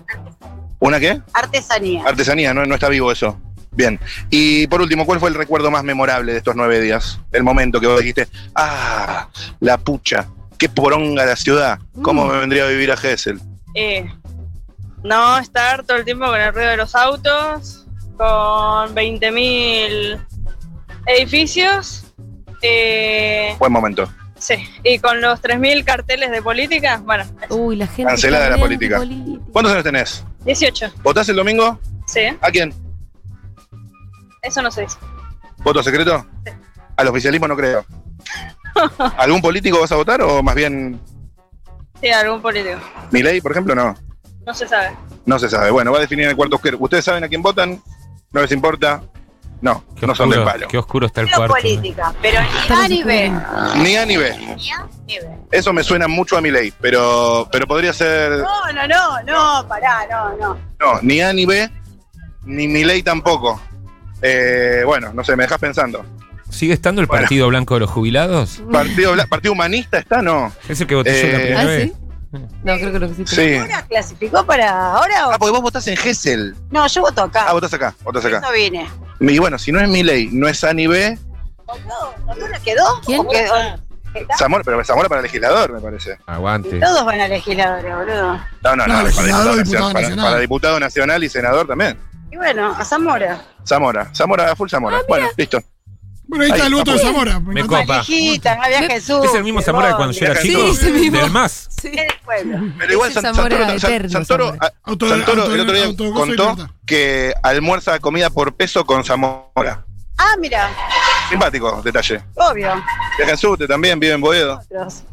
Speaker 4: ¿Una qué?
Speaker 5: Artesanía.
Speaker 4: Artesanía, no, no está vivo eso. Bien. Y por último, ¿cuál fue el recuerdo más memorable de estos nueve días? El momento que vos dijiste, ah, la pucha, qué poronga la ciudad, cómo
Speaker 1: Mm.
Speaker 4: me vendría a vivir a Gessel.
Speaker 5: Eh, no estar todo el tiempo con el ruido de los autos, con 20.000 edificios. Eh,
Speaker 4: Buen momento.
Speaker 5: Sí, y con los 3.000 carteles de política, bueno,
Speaker 1: Uy, la gente.
Speaker 4: Cancelada
Speaker 1: está
Speaker 4: la
Speaker 1: hablando de
Speaker 4: política. ¿Cuántos años tenés?
Speaker 5: 18,
Speaker 4: ¿Votás el domingo?
Speaker 5: sí,
Speaker 4: ¿A quién?
Speaker 5: eso no se dice.
Speaker 4: ¿Voto secreto? Al oficialismo no creo. ¿Algún político vas a votar o más bien
Speaker 5: Sí, algún político,
Speaker 4: Milei, por ejemplo? No.
Speaker 5: no se sabe.
Speaker 4: No se sabe. Bueno, va a definir en el cuarto oscuro. ¿Ustedes saben a quién votan? ¿No les importa? No,
Speaker 3: Qué
Speaker 4: no son del
Speaker 3: oscuro-
Speaker 4: palo.
Speaker 3: Qué oscuro está el cuarto.
Speaker 5: pero
Speaker 1: Estamos escuchando.
Speaker 4: Ni A ni B. Eso me suena mucho a Milei, pero, pero podría ser.
Speaker 5: No, no, no, no, pará, no, no.
Speaker 4: No, ni A ni B, ni Milei tampoco. Eh, bueno, no sé, me dejas pensando.
Speaker 3: ¿Sigue estando el
Speaker 4: Bueno.
Speaker 3: Partido Blanco de los Jubilados?
Speaker 4: ¿Partido, bla- ¿Partido humanista está? No.
Speaker 3: Ese que votó yo
Speaker 4: Eh,
Speaker 3: la primera
Speaker 1: ¿Ah,
Speaker 3: vez.
Speaker 1: sí?
Speaker 3: eh.
Speaker 1: No, creo que lo que sí.
Speaker 4: Sí.
Speaker 5: clasificó para ahora?
Speaker 4: Ah, porque vos votás en Gessel.
Speaker 5: No, yo voto acá.
Speaker 4: Ah, votás acá, votás acá.
Speaker 5: vine.
Speaker 4: Y bueno, si no es Milei, no es A ni B,
Speaker 5: ¿Zamora quedó?
Speaker 1: ¿Quién?
Speaker 5: ¿O quedó?
Speaker 4: Zamora, pero Zamora para legislador, me parece.
Speaker 3: Aguante.
Speaker 5: Todos van a legisladores, boludo.
Speaker 4: No, no, no,
Speaker 2: No,
Speaker 4: para diputado
Speaker 2: legislador, diputado
Speaker 4: nacional, para-
Speaker 2: nacional.
Speaker 4: para diputado nacional y senador también.
Speaker 5: Y bueno, a Zamora.
Speaker 4: Zamora, Zamora, a full Zamora. bueno, listo.
Speaker 2: Bueno, ahí está
Speaker 4: Ahí
Speaker 2: el voto de
Speaker 4: está.
Speaker 2: Zamora. Me
Speaker 3: Me
Speaker 2: encantó.
Speaker 3: copa.
Speaker 5: Viejita, no había
Speaker 1: Me-
Speaker 5: Jesús.
Speaker 3: Es el mismo Zamora de cuando yo era
Speaker 4: Sí,
Speaker 3: chico.
Speaker 1: es el mismo.
Speaker 3: Del más.
Speaker 1: Sí.
Speaker 5: Es del pueblo.
Speaker 4: Pero igual
Speaker 1: Ese
Speaker 4: San-
Speaker 1: Zamora
Speaker 4: Santoro, San-
Speaker 1: eterno,
Speaker 4: Santoro, ah,
Speaker 1: Zamora.
Speaker 4: a-
Speaker 2: Auto-
Speaker 4: Santoro
Speaker 2: auto-
Speaker 4: el otro día
Speaker 2: autogozo y
Speaker 4: contó
Speaker 2: libertad.
Speaker 4: que almuerza comida por peso con Zamora.
Speaker 5: Ah, mira,
Speaker 4: Simpático detalle.
Speaker 5: obvio.
Speaker 4: De Jesús, te también vive en Boedo.
Speaker 5: Otros.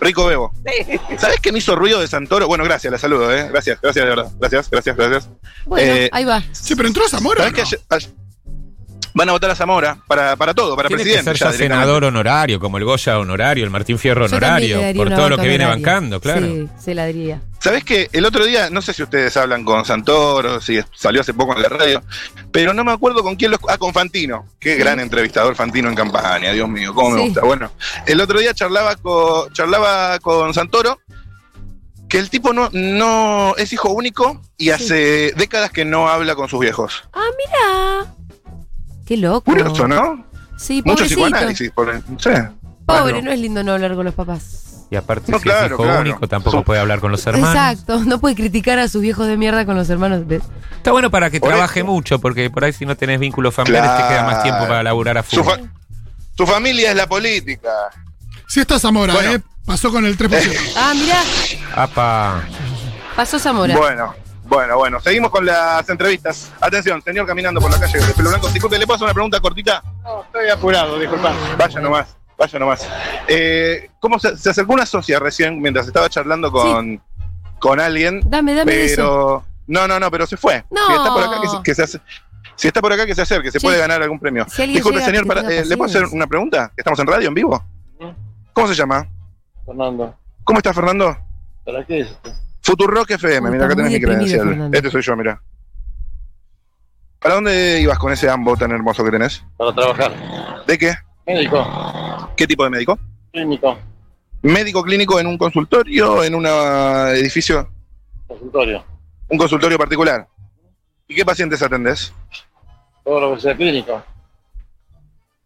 Speaker 4: Rico bebo.
Speaker 5: Sí.
Speaker 4: ¿Sabés qué me hizo ruido de Santoro? Bueno, gracias, la saludo, ¿eh? Gracias, gracias, de verdad. Gracias, gracias, gracias.
Speaker 1: Bueno,
Speaker 4: Eh,
Speaker 1: ahí va.
Speaker 2: Sí, pero entró Zamora.
Speaker 4: ¿Sabés
Speaker 2: ¿o
Speaker 4: que
Speaker 2: no?
Speaker 4: ayer- ayer- van a votar a Zamora para, para todo, para
Speaker 3: Tiene que
Speaker 4: presidente?
Speaker 3: ser ya
Speaker 4: directamente?
Speaker 3: senador honorario, como el Goya honorario, el Martín Fierro
Speaker 1: Yo también le
Speaker 3: honorario,
Speaker 1: daría
Speaker 3: por
Speaker 1: una
Speaker 3: todo lo
Speaker 1: banca
Speaker 3: que viene
Speaker 1: honoraria.
Speaker 3: bancando, claro.
Speaker 1: Sí, se la diría.
Speaker 4: ¿Sabés que el otro día, no sé si ustedes hablan con Santoro, si es- salió hace poco en la radio, pero no me acuerdo con quién lo escu- Ah, con Fantino. Qué gran entrevistador Fantino en campaña, Dios mío, cómo me
Speaker 1: Sí.
Speaker 4: gusta. Bueno, el otro día charlaba con, charlaba con Santoro que el tipo no, no es hijo único y hace décadas que no habla con sus viejos.
Speaker 1: Ah, qué loco.
Speaker 4: Curioso, ¿no?
Speaker 1: Sí,
Speaker 4: Mucho
Speaker 1: pobrecito.
Speaker 4: psicoanálisis. Por, sí.
Speaker 1: Pobre,
Speaker 4: Bueno.
Speaker 1: no es lindo no hablar con los papás.
Speaker 3: Y aparte,
Speaker 4: No,
Speaker 3: si es
Speaker 4: claro,
Speaker 3: hijo
Speaker 4: claro.
Speaker 3: único, tampoco
Speaker 4: Son-
Speaker 3: puede hablar con los hermanos.
Speaker 1: Exacto, no puede criticar a sus viejos de mierda con los hermanos. ¿ves?
Speaker 3: Está bueno para que
Speaker 4: Por
Speaker 3: trabaje
Speaker 4: eso.
Speaker 3: mucho, porque por ahí si no tenés vínculos familiares te queda más tiempo para laburar a
Speaker 4: Su,
Speaker 3: fútbol.
Speaker 4: fa- su familia es la política.
Speaker 2: Sí está Zamora,
Speaker 4: Bueno.
Speaker 2: ¿eh? Pasó con el 3%.
Speaker 1: Ah, mirá,
Speaker 3: Apa.
Speaker 1: pasó Zamora.
Speaker 4: Bueno, bueno, bueno. Seguimos con las entrevistas. Atención, señor caminando por la calle de pelo blanco. Disculpe, ¿le paso una pregunta cortita?
Speaker 6: No, estoy apurado, disculpa.
Speaker 4: Vaya nomás, vaya nomás. Eh, ¿Cómo se, se acercó una socia recién mientras estaba charlando con, con alguien?
Speaker 1: Dame, dame eso.
Speaker 4: pero. No, no, no, pero se fue.
Speaker 1: No.
Speaker 4: Si está por acá, que se, que se ace- Si está por acá, que se acerque, se
Speaker 1: Sí.
Speaker 4: puede ganar algún premio.
Speaker 1: Si alguien
Speaker 4: Disculpe,
Speaker 1: llega,
Speaker 4: señor,
Speaker 1: que
Speaker 4: para-
Speaker 1: tenga
Speaker 4: eh, ¿le puedo hacer
Speaker 1: paciencia.
Speaker 4: una pregunta? ¿Estamos en radio, en vivo? ¿Cómo se llama?
Speaker 6: Fernando,
Speaker 4: ¿Cómo está, Fernando?
Speaker 6: ¿para qué es esto?
Speaker 4: Futurock FM,
Speaker 1: Uy,
Speaker 4: mira, acá
Speaker 1: está
Speaker 4: tenés
Speaker 1: muy
Speaker 4: mi
Speaker 1: deprimido,
Speaker 4: credencial.
Speaker 1: Fernando.
Speaker 4: Este soy yo, mira. ¿Para dónde ibas con ese ambo tan hermoso que tenés?
Speaker 6: Para trabajar.
Speaker 4: ¿De qué?
Speaker 6: Médico,
Speaker 4: ¿Qué tipo de médico?
Speaker 6: clínico,
Speaker 4: Médico clínico en un consultorio, en un edificio,
Speaker 6: consultorio.
Speaker 4: un consultorio particular. ¿Y qué pacientes atendés?
Speaker 6: Todo lo que sea clínico.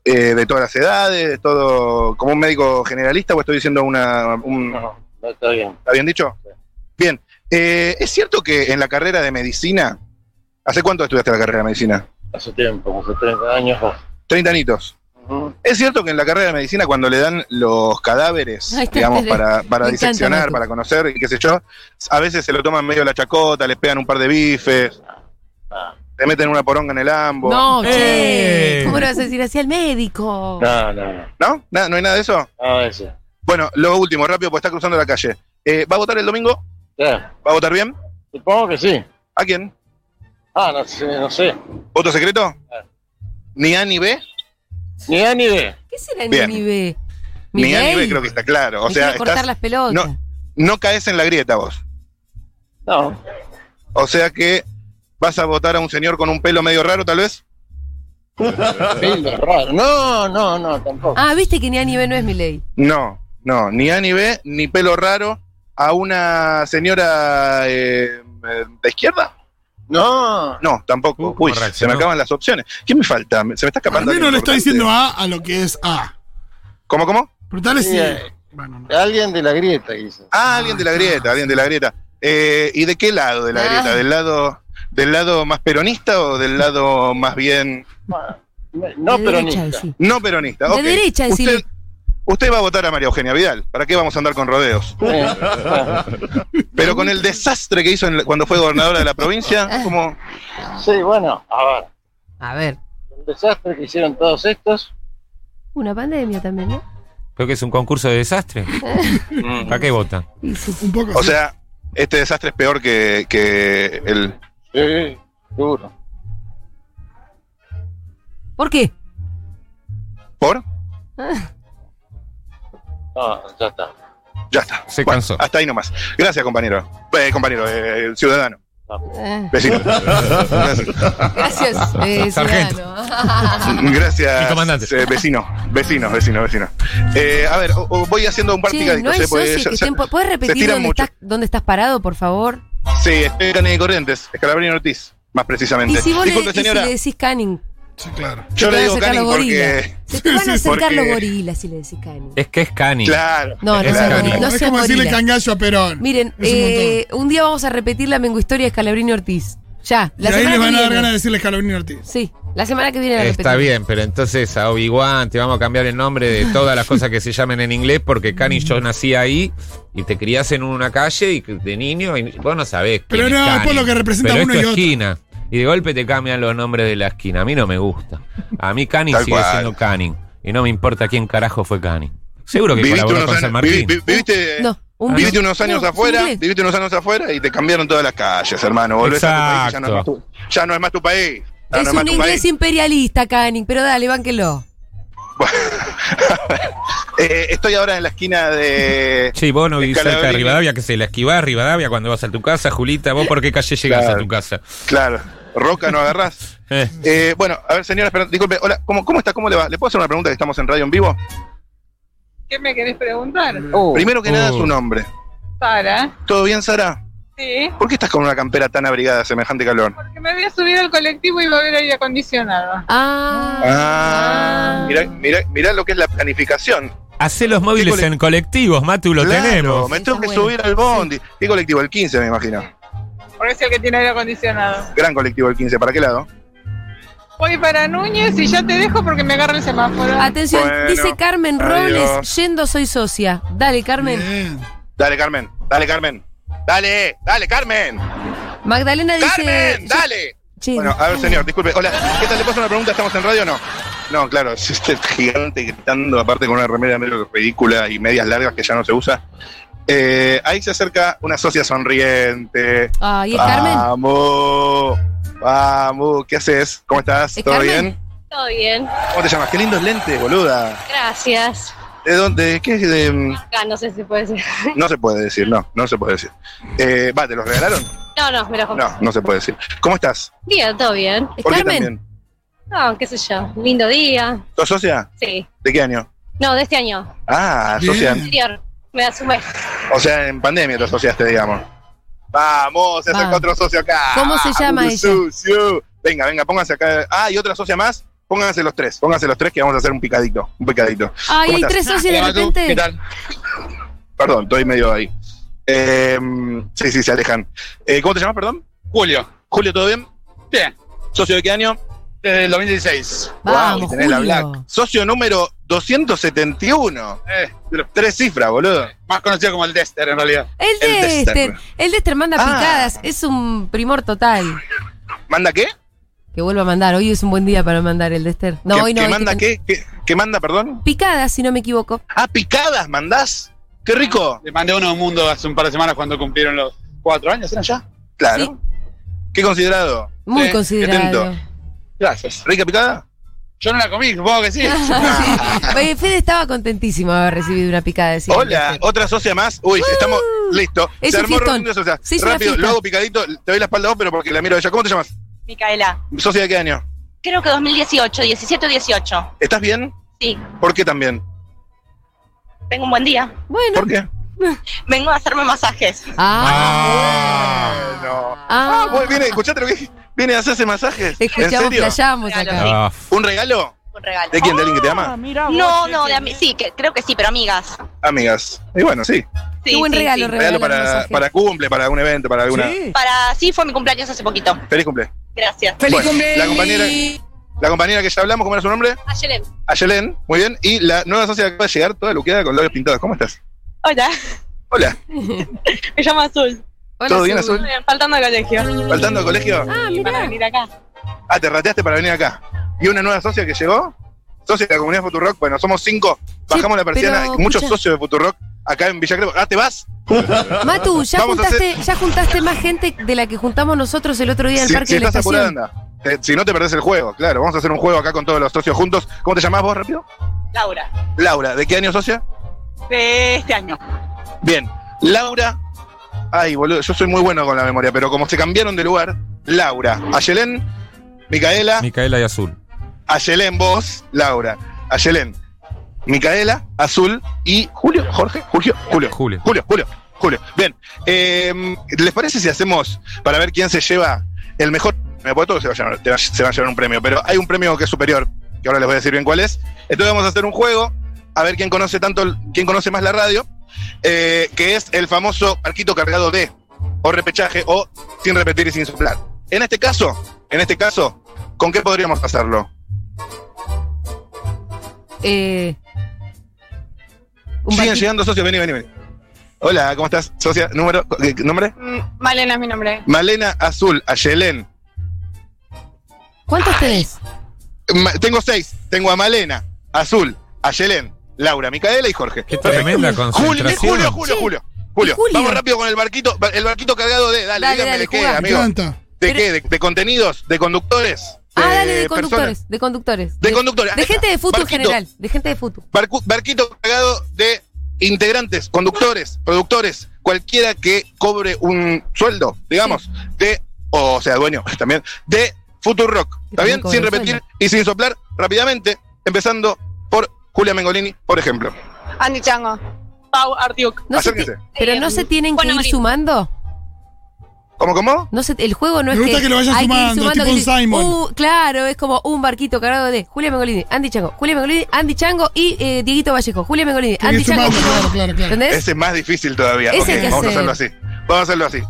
Speaker 4: Eh, ¿De todas las edades? de todo como un médico generalista o estoy diciendo una, un...
Speaker 6: No, no está bien.
Speaker 4: ¿Está bien dicho? Bien. Eh, ¿Es cierto que en la carrera de medicina... ¿Hace cuánto estudiaste la carrera de medicina?
Speaker 6: Hace tiempo, hace 30 años.
Speaker 4: Treintanitos.
Speaker 6: Ujú.
Speaker 4: ¿Es cierto que en la carrera de medicina cuando le dan los cadáveres,
Speaker 1: Ahí está,
Speaker 4: digamos,
Speaker 1: Tere.
Speaker 4: para, para
Speaker 1: Me encanta,
Speaker 4: diseccionar,
Speaker 1: Matu.
Speaker 4: para conocer y qué sé yo, a veces se lo toman medio la chacota, les pegan un par de bifes,
Speaker 6: Ah,
Speaker 4: te meten una poronga en el ambo?
Speaker 1: No, che,
Speaker 3: Eh.
Speaker 1: ¿cómo le vas a decir así al médico?
Speaker 6: No, no, no.
Speaker 4: ¿No? ¿No, ¿No hay nada de eso?
Speaker 6: Ah, ese.
Speaker 4: Bueno, lo último, rápido, pues está cruzando la calle. Eh, ¿Va a votar el domingo?
Speaker 6: Ya,
Speaker 4: ¿Va a votar bien?
Speaker 6: Supongo que sí.
Speaker 4: ¿A quién?
Speaker 6: Ah, no sé, no sé.
Speaker 4: ¿Voto secreto?
Speaker 6: Ah.
Speaker 4: ¿Ni A ni B?
Speaker 6: Ni A ni B.
Speaker 1: ¿Qué será
Speaker 4: Bien.
Speaker 1: en B?
Speaker 4: Ni A ni B creo que está claro. O sea,
Speaker 1: cortar
Speaker 4: estás-
Speaker 1: las pelotas.
Speaker 4: no. no caes en la grieta vos.
Speaker 6: No,
Speaker 4: O sea que vas a votar a un señor con un pelo medio raro, tal vez.
Speaker 6: lindo, raro. No, no, no, tampoco.
Speaker 1: Ah, viste que ni A ni B no es mi ley.
Speaker 4: No, no, ni A ni B, ni pelo raro a una señora eh, de izquierda.
Speaker 6: No,
Speaker 4: No, tampoco.
Speaker 3: Uh,
Speaker 4: Uy,
Speaker 3: ¿cómo
Speaker 4: se me
Speaker 3: reaccionó?
Speaker 4: acaban las opciones. ¿Qué me falta? Se me está
Speaker 2: Para
Speaker 4: escapando.
Speaker 2: mí no
Speaker 4: alguien
Speaker 2: le está
Speaker 4: importante.
Speaker 2: diciendo A a lo que es A.
Speaker 4: ¿Cómo, cómo?
Speaker 2: Preguntale
Speaker 6: Sí,
Speaker 2: si.
Speaker 6: eh.
Speaker 2: Bueno, no.
Speaker 6: alguien de la grieta, dice.
Speaker 4: Ah, alguien de la grieta, alguien de la grieta. Eh, ¿Y de qué lado de la
Speaker 1: Ah.
Speaker 4: grieta? ¿Del lado, ¿Del lado más peronista o del lado más bien
Speaker 6: No,
Speaker 1: de
Speaker 6: peronista.
Speaker 1: Derecha, decí.
Speaker 4: no peronista?
Speaker 1: De
Speaker 4: Ok.
Speaker 1: derecha,
Speaker 4: usted,
Speaker 1: decirle.
Speaker 4: Usted va a votar a María Eugenia Vidal. ¿Para qué vamos a andar con rodeos? Pero con el desastre que hizo en la- cuando fue gobernadora de la provincia, como
Speaker 6: Sí, bueno, a ver.
Speaker 1: A ver,
Speaker 6: El desastre que hicieron todos estos.
Speaker 1: una pandemia también, ¿no?
Speaker 3: Creo que es un concurso de desastre. ¿Para qué vota?
Speaker 1: Y sí.
Speaker 2: Un poco.
Speaker 4: O sea, este desastre es peor que, que el.
Speaker 6: Sí, duro.
Speaker 1: ¿Por qué?
Speaker 4: ¿Por?
Speaker 6: No, ya está.
Speaker 4: Ya está.
Speaker 3: Se
Speaker 4: Bueno,
Speaker 3: cansó.
Speaker 4: hasta ahí nomás. Gracias, compañero. Eh, compañero, eh, ciudadano.
Speaker 1: Eh,
Speaker 4: Vecino.
Speaker 1: gracias, eh,
Speaker 3: Sargento.
Speaker 1: ciudadano.
Speaker 4: Gracias.
Speaker 3: Y comandante.
Speaker 4: eh, vecino, vecino, vecino, vecino. Eh, a ver, o- o voy haciendo un par
Speaker 1: Che,
Speaker 4: picaditos,
Speaker 1: no hay
Speaker 4: eh, porque
Speaker 1: socios
Speaker 4: ya-
Speaker 1: que
Speaker 4: ya-
Speaker 1: estén po- ¿Puedes repetir
Speaker 4: estiran
Speaker 1: dónde
Speaker 4: mucho.
Speaker 1: estás, dónde estás parado, por favor?
Speaker 4: Sí, estoy en Caney Corrientes, Escalabrini Ortiz, más
Speaker 1: Y
Speaker 4: precisamente.
Speaker 1: si vos le,
Speaker 4: Disculpe,
Speaker 1: y si
Speaker 4: señora.
Speaker 1: le decís Canning,
Speaker 2: Sí, claro.
Speaker 4: yo
Speaker 1: te
Speaker 4: le
Speaker 1: van a
Speaker 4: digo
Speaker 1: acercar
Speaker 4: Canning
Speaker 1: los gorilas.
Speaker 4: porque.
Speaker 1: Se te van a
Speaker 4: sí, sí,
Speaker 1: acercar los
Speaker 4: porque-
Speaker 1: gorilas si le decís Canning.
Speaker 3: Es que es Cani.
Speaker 4: Claro.
Speaker 1: No, no
Speaker 3: Es
Speaker 1: sean
Speaker 3: Canning.
Speaker 1: gorilas, no
Speaker 2: es
Speaker 1: sean
Speaker 2: como decirle
Speaker 1: gorilas.
Speaker 2: cangallo a Perón.
Speaker 1: Miren,
Speaker 2: Es un montón.
Speaker 1: eh, un día vamos a repetir la menguhistoria de Scalabrini Ortiz. Ya,
Speaker 2: Y
Speaker 1: la
Speaker 2: ahí
Speaker 1: semana
Speaker 2: les
Speaker 1: que
Speaker 2: van a dar
Speaker 1: viene.
Speaker 2: ganas de decirle Escalabrini Ortiz.
Speaker 1: Sí, la semana que viene la
Speaker 3: Está
Speaker 1: repetimos.
Speaker 3: bien, pero entonces a Obi-Wan te vamos a cambiar el nombre de todas las cosas que se llamen en inglés porque Cani yo nací ahí y te criás en una calle y que- de niño y vos no sabés. quién
Speaker 2: Pero
Speaker 3: es
Speaker 2: no,
Speaker 3: Cani.
Speaker 2: después lo que representa
Speaker 3: Pero
Speaker 2: uno
Speaker 3: es
Speaker 2: y
Speaker 3: tu
Speaker 2: otro.
Speaker 3: esquina. Y de golpe te cambian los nombres de la esquina. A mí no me gusta. A mí Cani
Speaker 4: Tal
Speaker 3: sigue
Speaker 4: cual.
Speaker 3: siendo Cani. Y no me importa quién carajo fue Cani. Seguro que
Speaker 4: Viviste
Speaker 3: colaboró
Speaker 4: unos
Speaker 3: con San
Speaker 4: años.
Speaker 3: Martín.
Speaker 4: vivi- vi- Viviste.
Speaker 1: No, un
Speaker 4: Viviste unos años
Speaker 1: Ah, No,
Speaker 4: afuera,
Speaker 1: simple.
Speaker 4: viviste unos años afuera y te cambiaron todas las calles, hermano. Volvés a tu país, y ya no es más tu, ya no es más tu país. Ya no
Speaker 1: Es un
Speaker 4: es más tu país.
Speaker 1: inglés imperialista, Canning, pero dale, bánquelo.
Speaker 4: Eh, estoy ahora en la esquina de.
Speaker 3: Sí, vos no vivís cerca de
Speaker 4: Scalabrini.
Speaker 3: Rivadavia, que se la esquivás Rivadavia cuando vas a tu casa, Julita. ¿Vos por qué calle llegás
Speaker 4: Claro.
Speaker 3: a tu casa?
Speaker 4: Claro, Roca no agarrás.
Speaker 3: Eh.
Speaker 4: Eh, bueno, a ver, señora, espera, disculpe, hola, ¿cómo, ¿cómo está? ¿Cómo le va? ¿Le puedo hacer una pregunta que estamos en radio en vivo?
Speaker 7: ¿Qué me querés preguntar?
Speaker 6: Uh,
Speaker 4: Primero que nada,
Speaker 3: Oh.
Speaker 4: su nombre.
Speaker 7: Sara,
Speaker 4: ¿Todo bien, Sara?
Speaker 7: sí,
Speaker 4: ¿Por qué estás con una campera tan abrigada, semejante calor?
Speaker 7: porque me había subido al colectivo y va a haber aire acondicionado.
Speaker 1: Ah.
Speaker 4: Ah, mirá, mirá, mirá lo que es la planificación.
Speaker 3: Hacé los móviles
Speaker 4: Híjole.
Speaker 3: en colectivos, Matu, lo
Speaker 4: Claro,
Speaker 3: tenemos.
Speaker 4: Me
Speaker 1: Sí,
Speaker 4: tengo
Speaker 1: está
Speaker 4: que
Speaker 1: bueno.
Speaker 4: subir al bondi. ¿Qué colectivo? El 15, me imagino.
Speaker 7: Porque es el que tiene aire acondicionado.
Speaker 4: Gran colectivo el 15. ¿Para qué lado?
Speaker 7: Voy para Núñez y ya te dejo porque me agarra el semáforo.
Speaker 5: Ah,
Speaker 1: Atención,
Speaker 4: Ah, Bueno,
Speaker 1: dice Carmen
Speaker 4: adiós.
Speaker 1: Robles, yendo soy socia. Dale, Carmen.
Speaker 2: Bien.
Speaker 4: Dale, Carmen. Dale, Carmen. Dale, dale, Carmen.
Speaker 1: Magdalena dice.
Speaker 4: Carmen,
Speaker 1: yo-
Speaker 4: dale.
Speaker 1: Che,
Speaker 4: Bueno, a ver, señor, disculpe. Hola, ¿qué tal? ¿Le paso una pregunta? ¿Estamos en radio o no? No, claro, es este gigante gritando, aparte con una remera medio ridícula y medias largas que ya no se usa. Eh, ahí se acerca una socia sonriente.
Speaker 1: Ah, ¿y es Carmen?
Speaker 4: Vamos, vamos, ¿qué haces? ¿Cómo estás?
Speaker 1: ¿Es
Speaker 4: ¿Todo
Speaker 1: Carmen?
Speaker 4: bien?
Speaker 5: Todo bien,
Speaker 4: ¿Cómo te llamas? Qué lindos lentes, boluda.
Speaker 5: gracias.
Speaker 4: ¿De dónde? ¿Qué es de.? mm,
Speaker 5: Acá no sé si puede ser.
Speaker 4: No se puede decir, no, no se puede decir. Eh, va, ¿te los regalaron?
Speaker 5: No, no, me lo compré.
Speaker 4: No, no se puede decir. ¿Cómo estás?
Speaker 5: Bien, todo bien.
Speaker 1: Oh. ¿Es
Speaker 4: ¿Por qué
Speaker 1: Carmen?
Speaker 4: también?
Speaker 5: No, qué sé yo. Lindo día.
Speaker 4: ¿Sos socia?
Speaker 5: Sí.
Speaker 4: ¿De qué año?
Speaker 5: No, de este año.
Speaker 4: Ah,
Speaker 2: Bien.
Speaker 4: socia.
Speaker 5: Anterior. Me da su mes.
Speaker 4: O sea, en pandemia te asociaste, digamos. Vamos, se acerca
Speaker 1: Va.
Speaker 4: otro socio acá.
Speaker 1: Ah. ¿Cómo se llama
Speaker 4: Un
Speaker 1: ella?
Speaker 4: socio. Venga, venga, pónganse acá. Ah, y otra socia más. Pónganse los tres, pónganse los tres que vamos a hacer un picadito, un picadito.
Speaker 1: Ay,
Speaker 4: ¿Cómo
Speaker 1: hay
Speaker 4: estás?
Speaker 1: tres socios de
Speaker 4: Hola, Matu, ¿Qué
Speaker 1: repente.
Speaker 4: tal? Perdón, estoy medio ahí. Eh, sí, sí, se alejan. Eh, ¿Cómo te llamas, perdón? Julio. Julio, ¿todo bien? Bien. ¿Socio de qué año? Desde el 2016.
Speaker 1: Vamos,
Speaker 4: tenés la
Speaker 1: Julio.
Speaker 4: Black. Socio número 271. Tres cifras, boludo.
Speaker 8: Eh. más conocido como el Dexter en realidad.
Speaker 1: El
Speaker 4: El
Speaker 1: Dexter.
Speaker 4: Dexter.
Speaker 1: El Dexter manda
Speaker 4: Ah.
Speaker 1: picadas. Es un primor total.
Speaker 4: ¿Manda qué?
Speaker 1: Que vuelva a mandar. Hoy es un buen día para mandar el Dexter. No,
Speaker 4: ¿Que,
Speaker 1: hoy no.
Speaker 4: que
Speaker 1: hoy
Speaker 4: manda
Speaker 1: que-
Speaker 4: qué? ¿Qué- qué manda, perdón?
Speaker 1: Picadas, si no me equivoco.
Speaker 4: Ah, picadas mandás. Qué rico.
Speaker 8: Le mandé uno a un mundo hace un par de semanas cuando cumplieron los cuatro años, ¿eran ya?
Speaker 4: Claro.
Speaker 1: Sí.
Speaker 4: Qué considerado.
Speaker 1: Muy
Speaker 8: Sí,
Speaker 1: considerado.
Speaker 4: atento.
Speaker 8: Gracias.
Speaker 4: ¿Rica picada?
Speaker 8: Yo no la comí, supongo que sí. Ah,
Speaker 1: Oye, Eh, Fede estaba contentísimo de haber recibido una picada. de cigarrillo.
Speaker 4: Hola, otra socia más. Uy, estamos listo.
Speaker 1: Es
Speaker 4: Se
Speaker 1: un
Speaker 4: armó
Speaker 1: fiestón.
Speaker 4: reunión de socias.
Speaker 1: Se hizo una
Speaker 4: Rápido,
Speaker 1: fiesta.
Speaker 4: luego picadito, te doy la espalda a vos, pero porque la miro a ella. ¿Cómo te llamas?
Speaker 5: Micaela,
Speaker 4: ¿Socia de qué año?
Speaker 5: creo que 2018, 17 o 18.
Speaker 4: ¿Estás bien?
Speaker 5: Sí,
Speaker 4: ¿Por qué también?
Speaker 5: tengo un buen día.
Speaker 1: Bueno.
Speaker 4: ¿Por qué?
Speaker 5: Vengo a hacerme masajes.
Speaker 1: Ah.
Speaker 4: no.
Speaker 1: Ah.
Speaker 4: Ah, bueno, viene, escuchate lo que dije. Viene a hacerse masajes. ¿En
Speaker 1: Escuchamos,
Speaker 4: serio?
Speaker 1: callamos
Speaker 5: Claro.
Speaker 1: acá.
Speaker 3: Ah,
Speaker 4: ¿Un regalo?
Speaker 5: Un regalo.
Speaker 4: ¿De quién? ¿De alguien que te
Speaker 7: Ah,
Speaker 4: ama?
Speaker 5: No, no, de ami- sí, que, creo que sí, pero amigas.
Speaker 1: Ah.
Speaker 4: Amigas. Y bueno, sí.
Speaker 5: Sí,
Speaker 1: Qué buen
Speaker 5: sí,
Speaker 1: regalo,
Speaker 5: sí.
Speaker 1: regalo.
Speaker 4: Regalo
Speaker 1: un
Speaker 4: para,
Speaker 1: masaje.
Speaker 4: para cumple, para un evento, para alguna.
Speaker 5: Para, sí, fue mi cumpleaños hace poquito.
Speaker 4: Feliz cumple.
Speaker 5: Gracias.
Speaker 4: Bueno, La compañera. la compañera que ya hablamos, ¿cómo era su nombre?
Speaker 5: Ayelen.
Speaker 4: Ayelen, muy bien. Y la nueva socia que acaba de llegar, toda luqueada con labios pintados. ¿Cómo estás?
Speaker 5: Hola,
Speaker 4: Hola,
Speaker 5: me llamo Azul.
Speaker 1: Hola,
Speaker 4: ¿todo bien,
Speaker 1: Azul.
Speaker 4: Azul?
Speaker 5: Bien, Faltando al colegio.
Speaker 4: ¿Faltando al colegio?
Speaker 1: Ah,
Speaker 5: Para
Speaker 1: mirá.
Speaker 5: venir acá.
Speaker 4: Ah, te rateaste para venir acá. ¿Y una nueva socia que llegó? Socia de la comunidad Futurock. Bueno, somos cinco. Bajamos la persiana.
Speaker 1: pero,
Speaker 4: Hay muchos
Speaker 1: escucha.
Speaker 4: socios de Futurock acá en Villa Crespo. Ah, ¿te vas?
Speaker 1: Matu, ya
Speaker 4: Vamos a
Speaker 1: juntaste, ya juntaste más gente de la que juntamos nosotros el otro día en el
Speaker 4: Si,
Speaker 1: Parque
Speaker 4: si
Speaker 1: de la
Speaker 4: estás apurada,
Speaker 1: Estación.
Speaker 4: anda. Eh, si no, te perdés el juego. Claro, vamos a hacer un juego acá con todos los socios juntos. ¿Cómo te llamás vos, rápido?
Speaker 5: Laura,
Speaker 4: Laura. ¿De qué año socia?
Speaker 5: de este año.
Speaker 4: Bien. Laura. Ay, boludo, yo soy muy bueno con la memoria, pero como se cambiaron de lugar, Laura, Ayelén, Micaela,
Speaker 3: Micaela y Azul.
Speaker 4: Ayelén vos, Laura, Ayelén, Micaela, Azul y Julio, Jorge, Julio, Julio,
Speaker 3: Julio.
Speaker 4: Julio, Julio, Julio. Bien, eh, ¿les parece si hacemos para ver quién se lleva el mejor? Me puedo todos se va a llevar- te va- se van a llevar un premio, pero hay un premio que es superior, que ahora les voy a decir bien cuál es. Entonces vamos a hacer un juego, a ver quién conoce tanto, el- quién conoce más la radio, eh, que es el famoso arquito cargado de, o repechaje, o sin repetir y sin soplar. En este caso, en este caso, ¿con qué podríamos hacerlo?
Speaker 1: Eh, un
Speaker 4: Siguen
Speaker 1: batito.
Speaker 4: llegando socios, vení, vení, vení. Hola, ¿cómo estás? Socia, número, eh, ¿nombre?
Speaker 7: Mm, Malena es mi nombre.
Speaker 4: Malena Azul, Ayelén.
Speaker 1: ¿Cuántos tenés?
Speaker 4: Eh, Ma- tengo seis. Tengo a Malena, Azul, Ayelén, Laura, Micaela y Jorge.
Speaker 3: Qué tremenda
Speaker 4: Julio,
Speaker 3: concentración.
Speaker 4: Julio, Julio,
Speaker 1: Sí.
Speaker 4: Julio. Julio.
Speaker 1: Julio.
Speaker 4: Vamos rápido con el barquito, ba- el barquito cargado de, dale,
Speaker 1: Dale,
Speaker 4: dígame
Speaker 1: dale,
Speaker 4: de qué,
Speaker 1: jugá.
Speaker 2: Me
Speaker 4: amigo.
Speaker 2: encanta.
Speaker 4: ¿De
Speaker 1: Pero-
Speaker 4: qué? ¿De, de contenidos? ¿De conductores?
Speaker 1: Ah, dale, de
Speaker 4: personas?
Speaker 1: conductores, de conductores.
Speaker 4: De conductores.
Speaker 1: de gente de fútbol
Speaker 4: Barquito.
Speaker 1: general, de gente de fútbol.
Speaker 4: Barcu- barquito cargado de integrantes, conductores, productores, cualquiera que cobre un sueldo, digamos, de, o sea, dueño también, de Futurock. ¿Está
Speaker 1: también
Speaker 4: bien?
Speaker 1: cobre
Speaker 4: Sin
Speaker 1: el
Speaker 4: repetir
Speaker 1: sueldo.
Speaker 4: y sin soplar, rápidamente, empezando por Julia Mengolini, por ejemplo.
Speaker 7: Andy Chango.
Speaker 5: Pau Artiuk.
Speaker 1: No se
Speaker 4: Acérquense.
Speaker 1: ti- pero no se tienen que
Speaker 5: Juana
Speaker 1: ir
Speaker 5: Marín.
Speaker 1: sumando.
Speaker 4: ¿Cómo, cómo?
Speaker 1: No se, el juego no
Speaker 2: Me
Speaker 1: es
Speaker 2: gusta
Speaker 1: que,
Speaker 2: que lo vayan
Speaker 1: hay que ir
Speaker 2: sumando, tipo
Speaker 1: que
Speaker 2: un Simon.
Speaker 1: uh, claro, es como un barquito cargado de Julia Mengolini, Andy Chango, Julia Mengolini, Andy Chango y eh, Dieguito Vallejo. Julia Mengolini,
Speaker 2: Tiene
Speaker 1: Andy
Speaker 2: que
Speaker 1: Chango.
Speaker 2: sumar, claro, claro, claro.
Speaker 1: ¿Entendés?
Speaker 4: Ese Este es más difícil todavía.
Speaker 1: Ese
Speaker 4: Ok,
Speaker 1: hay que
Speaker 4: vamos
Speaker 1: hacer.
Speaker 4: a hacerlo así. Vamos a hacerlo así.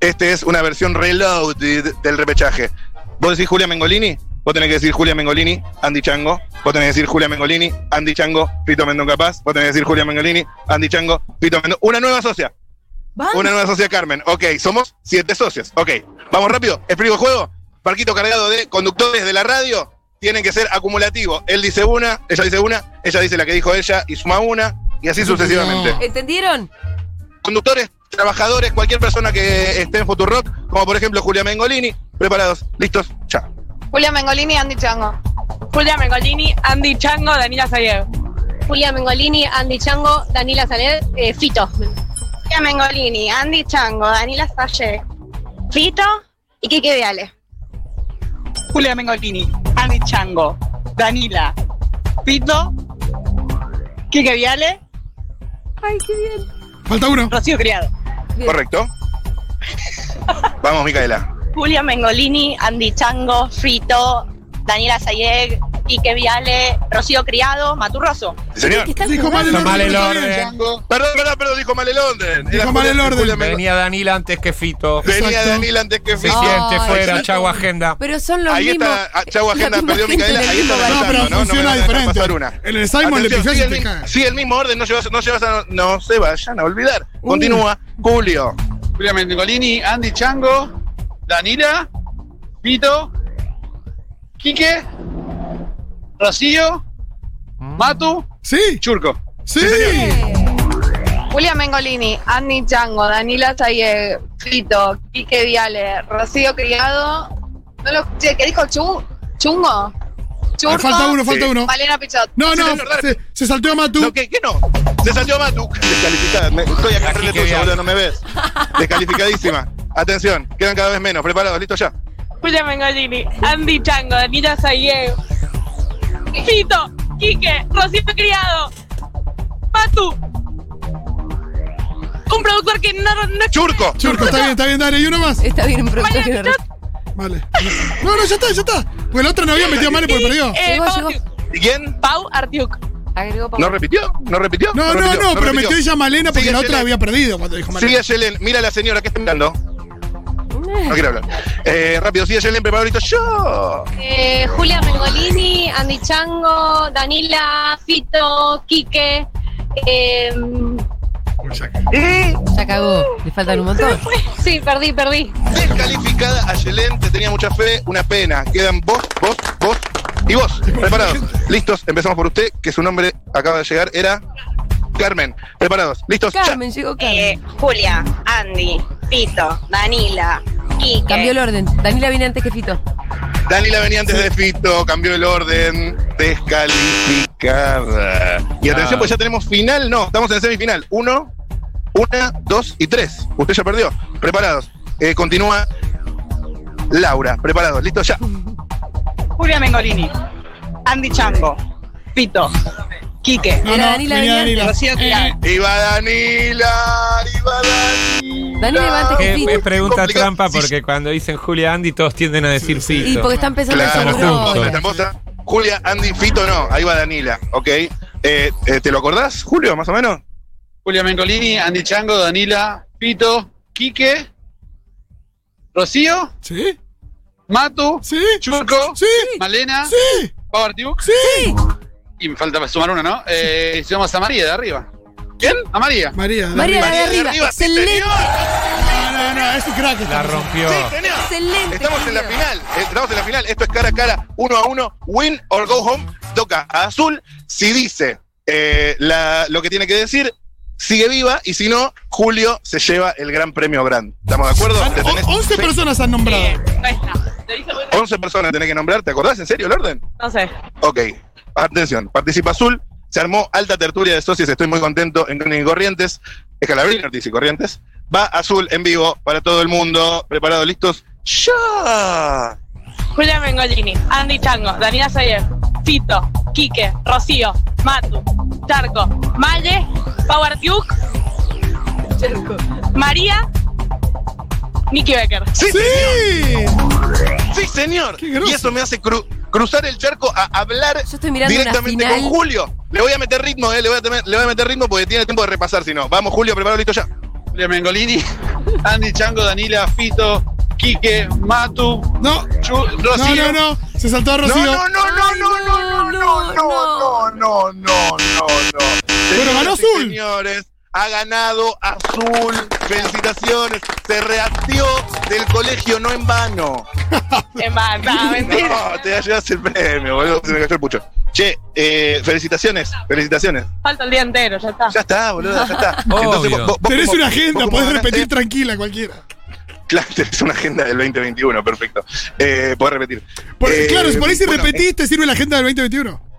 Speaker 4: Este es una versión reloaded del repechaje. Vos decís Julia Mengolini, vos tenés que decir Julia Mengolini, Andy Chango. Vos tenés que decir Julia Mengolini, Andy Chango, Pito Mendón Capaz. Vos tenés que decir Julia Mengolini, Andy Chango, Pito Mendón. Una nueva socia.
Speaker 1: Vamos.
Speaker 4: Una nueva socia, Carmen. Ok, somos siete socios. Ok, vamos rápido. Explico el juego. Parquito cargado de conductores de la radio. Tienen que ser acumulativo. Él dice una, ella dice una, ella dice la que dijo ella y suma una, y así sucesivamente
Speaker 1: ¿Entendieron?
Speaker 4: conductores, trabajadores, cualquier persona que esté en Futurock, como por ejemplo Julia Mengolini, preparados, listos, ya.
Speaker 7: Julia Mengolini, Andy Chango.
Speaker 9: Julia Mengolini, Andy Chango, Daniela Zayev.
Speaker 5: Julia Mengolini, Andy Chango, Daniela Zanet, eh, Fito.
Speaker 7: Julia Mengolini, Andy Chango, Daniela Salle, Fito y Kike Viale.
Speaker 9: Julia Mengolini, Andy Chango, Danila, Pito, Quique Viale,
Speaker 1: Ay, qué bien.
Speaker 2: Falta uno.
Speaker 9: Rocío Criado.
Speaker 1: Bien.
Speaker 4: ¿Correcto? Vamos, Micaela.
Speaker 9: Julia Mengolini, Andy Chango, Fito, Daniela Zayeg, Quique Viale, Rocío Criado, Maturroso.
Speaker 4: ¿Sí, señor.
Speaker 1: Que están
Speaker 2: Dijo mal
Speaker 1: jugando.
Speaker 2: el
Speaker 3: Está mal el
Speaker 2: orden.
Speaker 3: orden.
Speaker 8: Chango.
Speaker 4: Perdón, perdón, perdón, dijo mal el orden.
Speaker 2: Dijo mal el orden.
Speaker 4: Julia Mengo-
Speaker 3: Venía Danila antes que Fito.
Speaker 4: Venía
Speaker 2: Exacto.
Speaker 4: Daniel antes que
Speaker 3: Se
Speaker 4: Fito.
Speaker 1: Ay,
Speaker 3: siente fuera,
Speaker 1: Fito.
Speaker 3: chau agenda.
Speaker 1: Pero son los
Speaker 4: Ahí
Speaker 1: mismos.
Speaker 4: está, ah, Chau Agenda,
Speaker 1: la misma
Speaker 4: perdió
Speaker 1: gente
Speaker 4: Micaela,
Speaker 1: del
Speaker 4: ahí
Speaker 1: mismo
Speaker 4: está
Speaker 1: barrio.
Speaker 2: No,
Speaker 4: Pensando,
Speaker 2: pero
Speaker 4: ¿no? No me
Speaker 2: funciona
Speaker 4: van a dejar
Speaker 2: diferente.
Speaker 4: pasar una.
Speaker 2: En el Simon le
Speaker 4: Atención,
Speaker 2: pifias
Speaker 4: sigue
Speaker 2: y
Speaker 4: el
Speaker 2: te
Speaker 4: mi-
Speaker 2: cagas.
Speaker 4: sigue el mismo orden, no se, vas- no se vas a- no se vayan a olvidar.
Speaker 1: Uh.
Speaker 4: Continúa, Julio.
Speaker 8: Julia Mengolini, Andy Chango, Danila, Pito, Quique, Rocío, Matu,
Speaker 2: Sí,
Speaker 8: Churco.
Speaker 2: sí.
Speaker 7: Julia Mengolini, Andy Chango, Daniela Salle, Fito, Quique Viale, Rocío Criado. No lo escuché, ¿qué dijo? Chu- ¿Chungo? ¿Churco?
Speaker 2: Ah, Falta uno, falta
Speaker 4: Sí.
Speaker 2: uno.
Speaker 7: Malena Pichot.
Speaker 2: No, no,
Speaker 4: Sí, señor, dale.
Speaker 2: se, se salteó a Matu.
Speaker 4: No, ¿qué, qué no? Se salió Matu. Descalificada. Me- estoy acá
Speaker 3: Así
Speaker 4: frente
Speaker 3: que
Speaker 4: tuyo,
Speaker 3: bien.
Speaker 4: boludo, no me ves. Descalificadísima. Atención, quedan cada vez menos. Preparados, listo ya.
Speaker 9: Julia Mengolini, Andy Chango, Daniela Zayev, Fito, Quique, Rocío Criado, Matu. Un productor que no, no
Speaker 4: Churco.
Speaker 2: Churco, está bien, está bien, dale. Y uno más.
Speaker 1: Está bien, pero
Speaker 2: Vale. No, no, ya está, ya está. Pues el otro no había metido mal y pues perdió.
Speaker 9: Eh,
Speaker 1: Llegó,
Speaker 9: Pau
Speaker 1: llegó.
Speaker 9: Artiuk.
Speaker 4: ¿Y quién?
Speaker 9: Pau Artiuk.
Speaker 1: Agregó Pau.
Speaker 4: ¿No repitió? ¿No repitió?
Speaker 2: No, no,
Speaker 4: repitió,
Speaker 2: no, pero
Speaker 4: repitió.
Speaker 2: metió ella a Malena porque
Speaker 4: Sigue
Speaker 2: la otra
Speaker 4: Yelen.
Speaker 2: había perdido cuando dijo Malena.
Speaker 4: Sigue Yelen. Mira a la señora que está mirando.
Speaker 1: No,
Speaker 4: No quiero hablar. Eh, rápido, sí, ayer el preparó grito. ¡Yo!
Speaker 5: Eh, Julia Mengolini, Andy Chango, Danila, Fito, Quique. eh,
Speaker 1: Ya cagó. Le faltan un montón.
Speaker 5: sí, perdí, perdí.
Speaker 4: Descalificada a Yelén, te tenía mucha fe, una pena. Quedan vos, vos, vos y vos. Preparados. Listos, empezamos por usted, que su nombre acaba de llegar, era Carmen. Preparados, listos. Ya.
Speaker 1: Carmen, llegó Carmen.
Speaker 9: Eh, Julia, Andy, Pito, Danila, Kike.
Speaker 1: Cambió el orden. Daniela viene antes que Fito.
Speaker 4: Danila venía antes de Fito, cambió el orden, descalificada. Y atención, pues ya tenemos final, no, estamos en semifinal. Uno, una, dos y tres. Usted ya perdió. Preparados. Eh, continúa Laura, preparados, listo ya.
Speaker 9: Julia Mengolini, Andy Chango, Pito, Quique,
Speaker 1: Era Danila
Speaker 2: venía
Speaker 1: Beñán.
Speaker 2: Danila.
Speaker 9: Rocío Criado.
Speaker 4: Y va Danila, y va Danila.
Speaker 1: Danila va antes que
Speaker 3: Es,
Speaker 1: Fito.
Speaker 3: es Eh, pregunta
Speaker 4: Complicado.
Speaker 3: trampa
Speaker 4: Sí,
Speaker 3: porque cuando dicen Julia Andy todos tienden a decir Fito.
Speaker 1: Y porque está empezando a hacer
Speaker 4: Claro,
Speaker 3: Estamos
Speaker 4: no,
Speaker 3: juntos.
Speaker 4: la tramposa. Julia, Andy, Fito no, ahí va Danila, ¿ok? Eh, eh, ¿Te lo acordás, Julio, más o menos?
Speaker 8: Julia Mengolini, Andy Chango, Danila, Pito, Quique, Rocío,
Speaker 2: ¿Sí?
Speaker 8: Matu,
Speaker 2: ¿Sí?
Speaker 8: Churco,
Speaker 2: Sí.
Speaker 8: Malena,
Speaker 2: ¡Sí!
Speaker 8: Pau Artiuk,
Speaker 2: ¡Sí!
Speaker 8: y me falta sumar una, ¿no? Eh, sumamos a María de arriba. ¿Quién? A María.
Speaker 2: María. dale.
Speaker 1: María la de
Speaker 4: María de
Speaker 1: arriba.
Speaker 4: arriba, sí,
Speaker 1: Excelente.
Speaker 4: señor.
Speaker 2: No, no, no, es un crack.
Speaker 3: La
Speaker 2: esta persona.
Speaker 3: rompió.
Speaker 4: Sí, señor.
Speaker 1: Excelente.
Speaker 4: Estamos en la
Speaker 1: Julio.
Speaker 4: final, eh, estamos en la final. Esto es cara a cara, uno a uno, win or go home. Toca a Azul. Si dice eh, la- lo que tiene que decir, sigue viva. Y si no, Julio se lleva el gran premio Grand. ¿Estamos de acuerdo?
Speaker 2: Han-
Speaker 4: Te tenés-
Speaker 2: Ah, on- 11
Speaker 4: sí,
Speaker 2: personas han nombrado.
Speaker 4: 11 personas tenés que nombrar. ¿Te acordás en serio el orden?
Speaker 9: No sé.
Speaker 4: Ok, atención, participa Azul, se armó alta tertulia de socios, estoy muy contento en Crónica y Corrientes, Escalabrín, Ortiz y Corrientes. Va Azul en vivo para todo el mundo, preparados, listos. ¡Ya!
Speaker 9: Julia Mengolini, Andy Chango, Daniela Sayer, Fito, Quique, Rocío, Matu, Charco, Malle, Power Duke, María, Nicky Becker.
Speaker 4: ¡Sí!
Speaker 2: ¡Sí!
Speaker 4: ¡Sí, señor!
Speaker 2: Qué groso.
Speaker 4: Y eso me hace cru- cruzar el charco a hablar
Speaker 1: Yo estoy mirando una
Speaker 4: directamente
Speaker 1: final.
Speaker 4: con Julio. Le voy a meter ritmo, eh, le voy a, temer- le voy a meter ritmo porque tiene tiempo de repasar, si no. Vamos, Julio, preparado, listo ya.
Speaker 8: Julia Mengolini, Andy Chango, Danila, Fito, Quique, Matu,
Speaker 2: No,
Speaker 8: Chu-
Speaker 2: no,
Speaker 8: Rocío.
Speaker 2: no, no. Se saltó a
Speaker 4: No,
Speaker 2: Rocío.
Speaker 4: no, no, no, no, no, no, no, no, no, no, no, no,
Speaker 2: Bueno, ganó
Speaker 4: Señoras y
Speaker 2: Azul.
Speaker 4: Señores, ha ganado Azul. Felicitaciones. Se reactió del colegio, no en vano. No, te llevas el premio, boludo. Se me cayó el pucho. Che, eh, felicitaciones, felicitaciones.
Speaker 9: Falta el día entero, ya está.
Speaker 4: Ya está, boludo, ya está.
Speaker 3: Obvio.
Speaker 2: Tenés
Speaker 4: como-
Speaker 2: una
Speaker 4: vos
Speaker 2: agenda,
Speaker 4: como
Speaker 2: podés
Speaker 4: ganaste-
Speaker 2: repetir tranquila cualquiera.
Speaker 4: Claro, tenés una agenda del 2021, perfecto. Eh, podés repetir.
Speaker 2: Por-
Speaker 4: Eh,
Speaker 2: claro, si por ahí si
Speaker 4: bueno, eh.
Speaker 2: repetís, te sirve la agenda del 2021.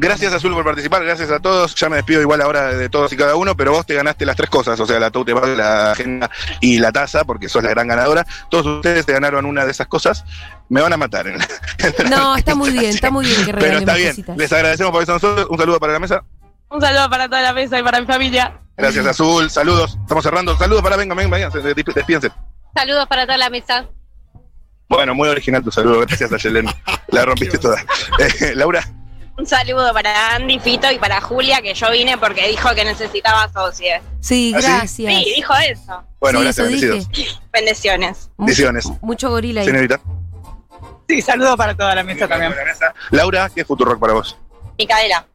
Speaker 4: Gracias Azul por participar, gracias a todos. Ya me despido igual ahora de todos y cada uno, pero vos te ganaste las tres cosas, o sea, la tote bag, la agenda y la taza, porque sos la gran ganadora. Todos ustedes te ganaron una de esas cosas. Me van a matar. en la-
Speaker 1: No, está muy bien, está muy bien que
Speaker 4: pero
Speaker 1: regalen
Speaker 4: está
Speaker 1: más
Speaker 4: bien.
Speaker 1: cositas.
Speaker 4: Les agradecemos por eso a nosotros. Un saludo para la mesa.
Speaker 9: Un saludo para toda la mesa y para mi familia.
Speaker 4: Gracias Azul, saludos. Estamos cerrando. Saludos para venga, venga, venga, se- se- despídense.
Speaker 5: Saludos para toda la mesa.
Speaker 4: Bueno, muy original tu saludo. Gracias a Yelen. La rompiste toda. Eh, Laura,
Speaker 9: Un saludo para Andy, Fito y para Julia, que yo vine porque dijo que necesitaba socios.
Speaker 1: Sí,
Speaker 4: ¿Ah, sí?
Speaker 1: gracias.
Speaker 9: Sí, dijo eso.
Speaker 4: bueno,
Speaker 1: Sí,
Speaker 4: gracias,
Speaker 1: eso dije.
Speaker 4: bendecidos.
Speaker 9: Bendiciones.
Speaker 1: Mucho-
Speaker 4: Bendiciones.
Speaker 1: Mucho gorila ahí.
Speaker 4: Señorita.
Speaker 9: Sí, saludo para toda la mesa
Speaker 4: Laura, ¿qué es Futurock para vos?
Speaker 9: Micaela.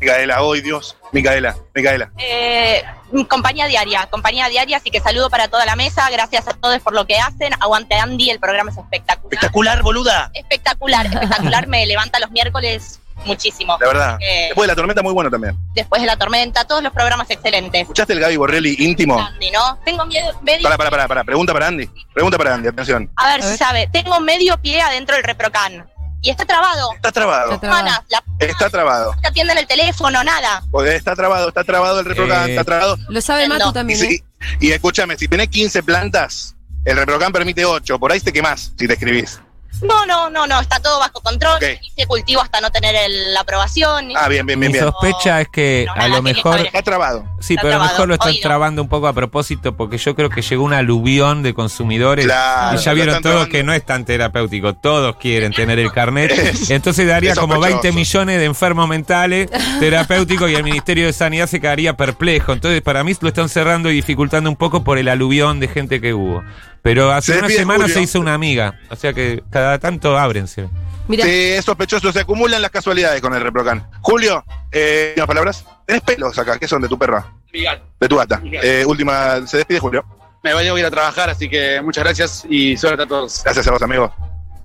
Speaker 4: Micaela, hoy Dios, Micaela, Micaela.
Speaker 9: Eh, compañía diaria, compañía diaria, así que saludo para toda la mesa, gracias a todos por lo que hacen, aguante Andy, el programa es espectacular.
Speaker 4: Espectacular, boluda.
Speaker 9: Espectacular, espectacular, me levanta los miércoles muchísimo.
Speaker 4: La verdad.
Speaker 9: Eh,
Speaker 4: Después de la tormenta, muy bueno también.
Speaker 9: después de la tormenta, todos los programas excelentes.
Speaker 4: ¿Escuchaste el Gaby Borrelli íntimo?
Speaker 9: Andy, ¿no? Tengo miedo, medio-
Speaker 4: Pará, pará, pará, pará. Pregunta para Andy. Pregunta para Andy, atención.
Speaker 9: a ver
Speaker 1: A
Speaker 9: si
Speaker 1: ver.
Speaker 9: sabe, tengo medio pie adentro del reprocan y está trabado.
Speaker 4: Está trabado.
Speaker 1: Está trabado.
Speaker 9: Manas, la p-
Speaker 4: Está trabado.
Speaker 9: te atienden el teléfono, nada.
Speaker 4: Porque Está trabado, está trabado el reprocam,
Speaker 3: Eh.
Speaker 4: está trabado.
Speaker 1: Lo sabe
Speaker 9: No.
Speaker 1: Matu
Speaker 4: Y,
Speaker 1: también, ¿eh?
Speaker 4: si- y escúchame, si tenés 15 plantas, el reprocam permite 8. Por ahí te quemás si te escribís.
Speaker 9: No, no, no, no, está todo bajo control.
Speaker 4: Ok.
Speaker 9: Hice cultivo hasta no tener el- la aprobación.
Speaker 4: Ah, bien, bien, bien,
Speaker 3: Mi
Speaker 4: bien.
Speaker 3: sospecha es que
Speaker 9: No,
Speaker 3: a
Speaker 9: nada,
Speaker 3: lo
Speaker 9: tiene
Speaker 3: mejor
Speaker 9: historia.
Speaker 4: Está trabado.
Speaker 3: Sí,
Speaker 9: Está
Speaker 3: pero a lo mejor
Speaker 9: trabado.
Speaker 3: lo están
Speaker 9: Oído.
Speaker 3: trabando un poco a propósito porque yo creo que llegó un aluvión de consumidores
Speaker 4: Claro,
Speaker 3: y ya
Speaker 4: Ah, lo
Speaker 3: vieron
Speaker 4: están
Speaker 3: todos
Speaker 4: trabando.
Speaker 3: que no es tan terapéutico. Todos quieren tener el carnet. Entonces daría
Speaker 4: es
Speaker 3: como
Speaker 4: sospechoso.
Speaker 3: 20 millones de enfermos mentales terapéuticos y el Ministerio de Sanidad se quedaría perplejo. Entonces para mí lo están cerrando y dificultando un poco por el aluvión de gente que hubo. Pero hace
Speaker 4: Se
Speaker 3: una
Speaker 4: despide
Speaker 3: semana
Speaker 4: Julio.
Speaker 3: se hizo una amiga. O sea que cada tanto ábrense.
Speaker 1: Mira,
Speaker 4: Sí, sospechosos, se acumulan las casualidades con el reprocan. Julio, eh, últimas palabras. Tenés pelos acá, que son de tu perra, de tu gata. Eh, última, se despide Julio.
Speaker 8: Me voy a ir a trabajar, así que muchas gracias y suerte a todos.
Speaker 4: Gracias a vos, amigo.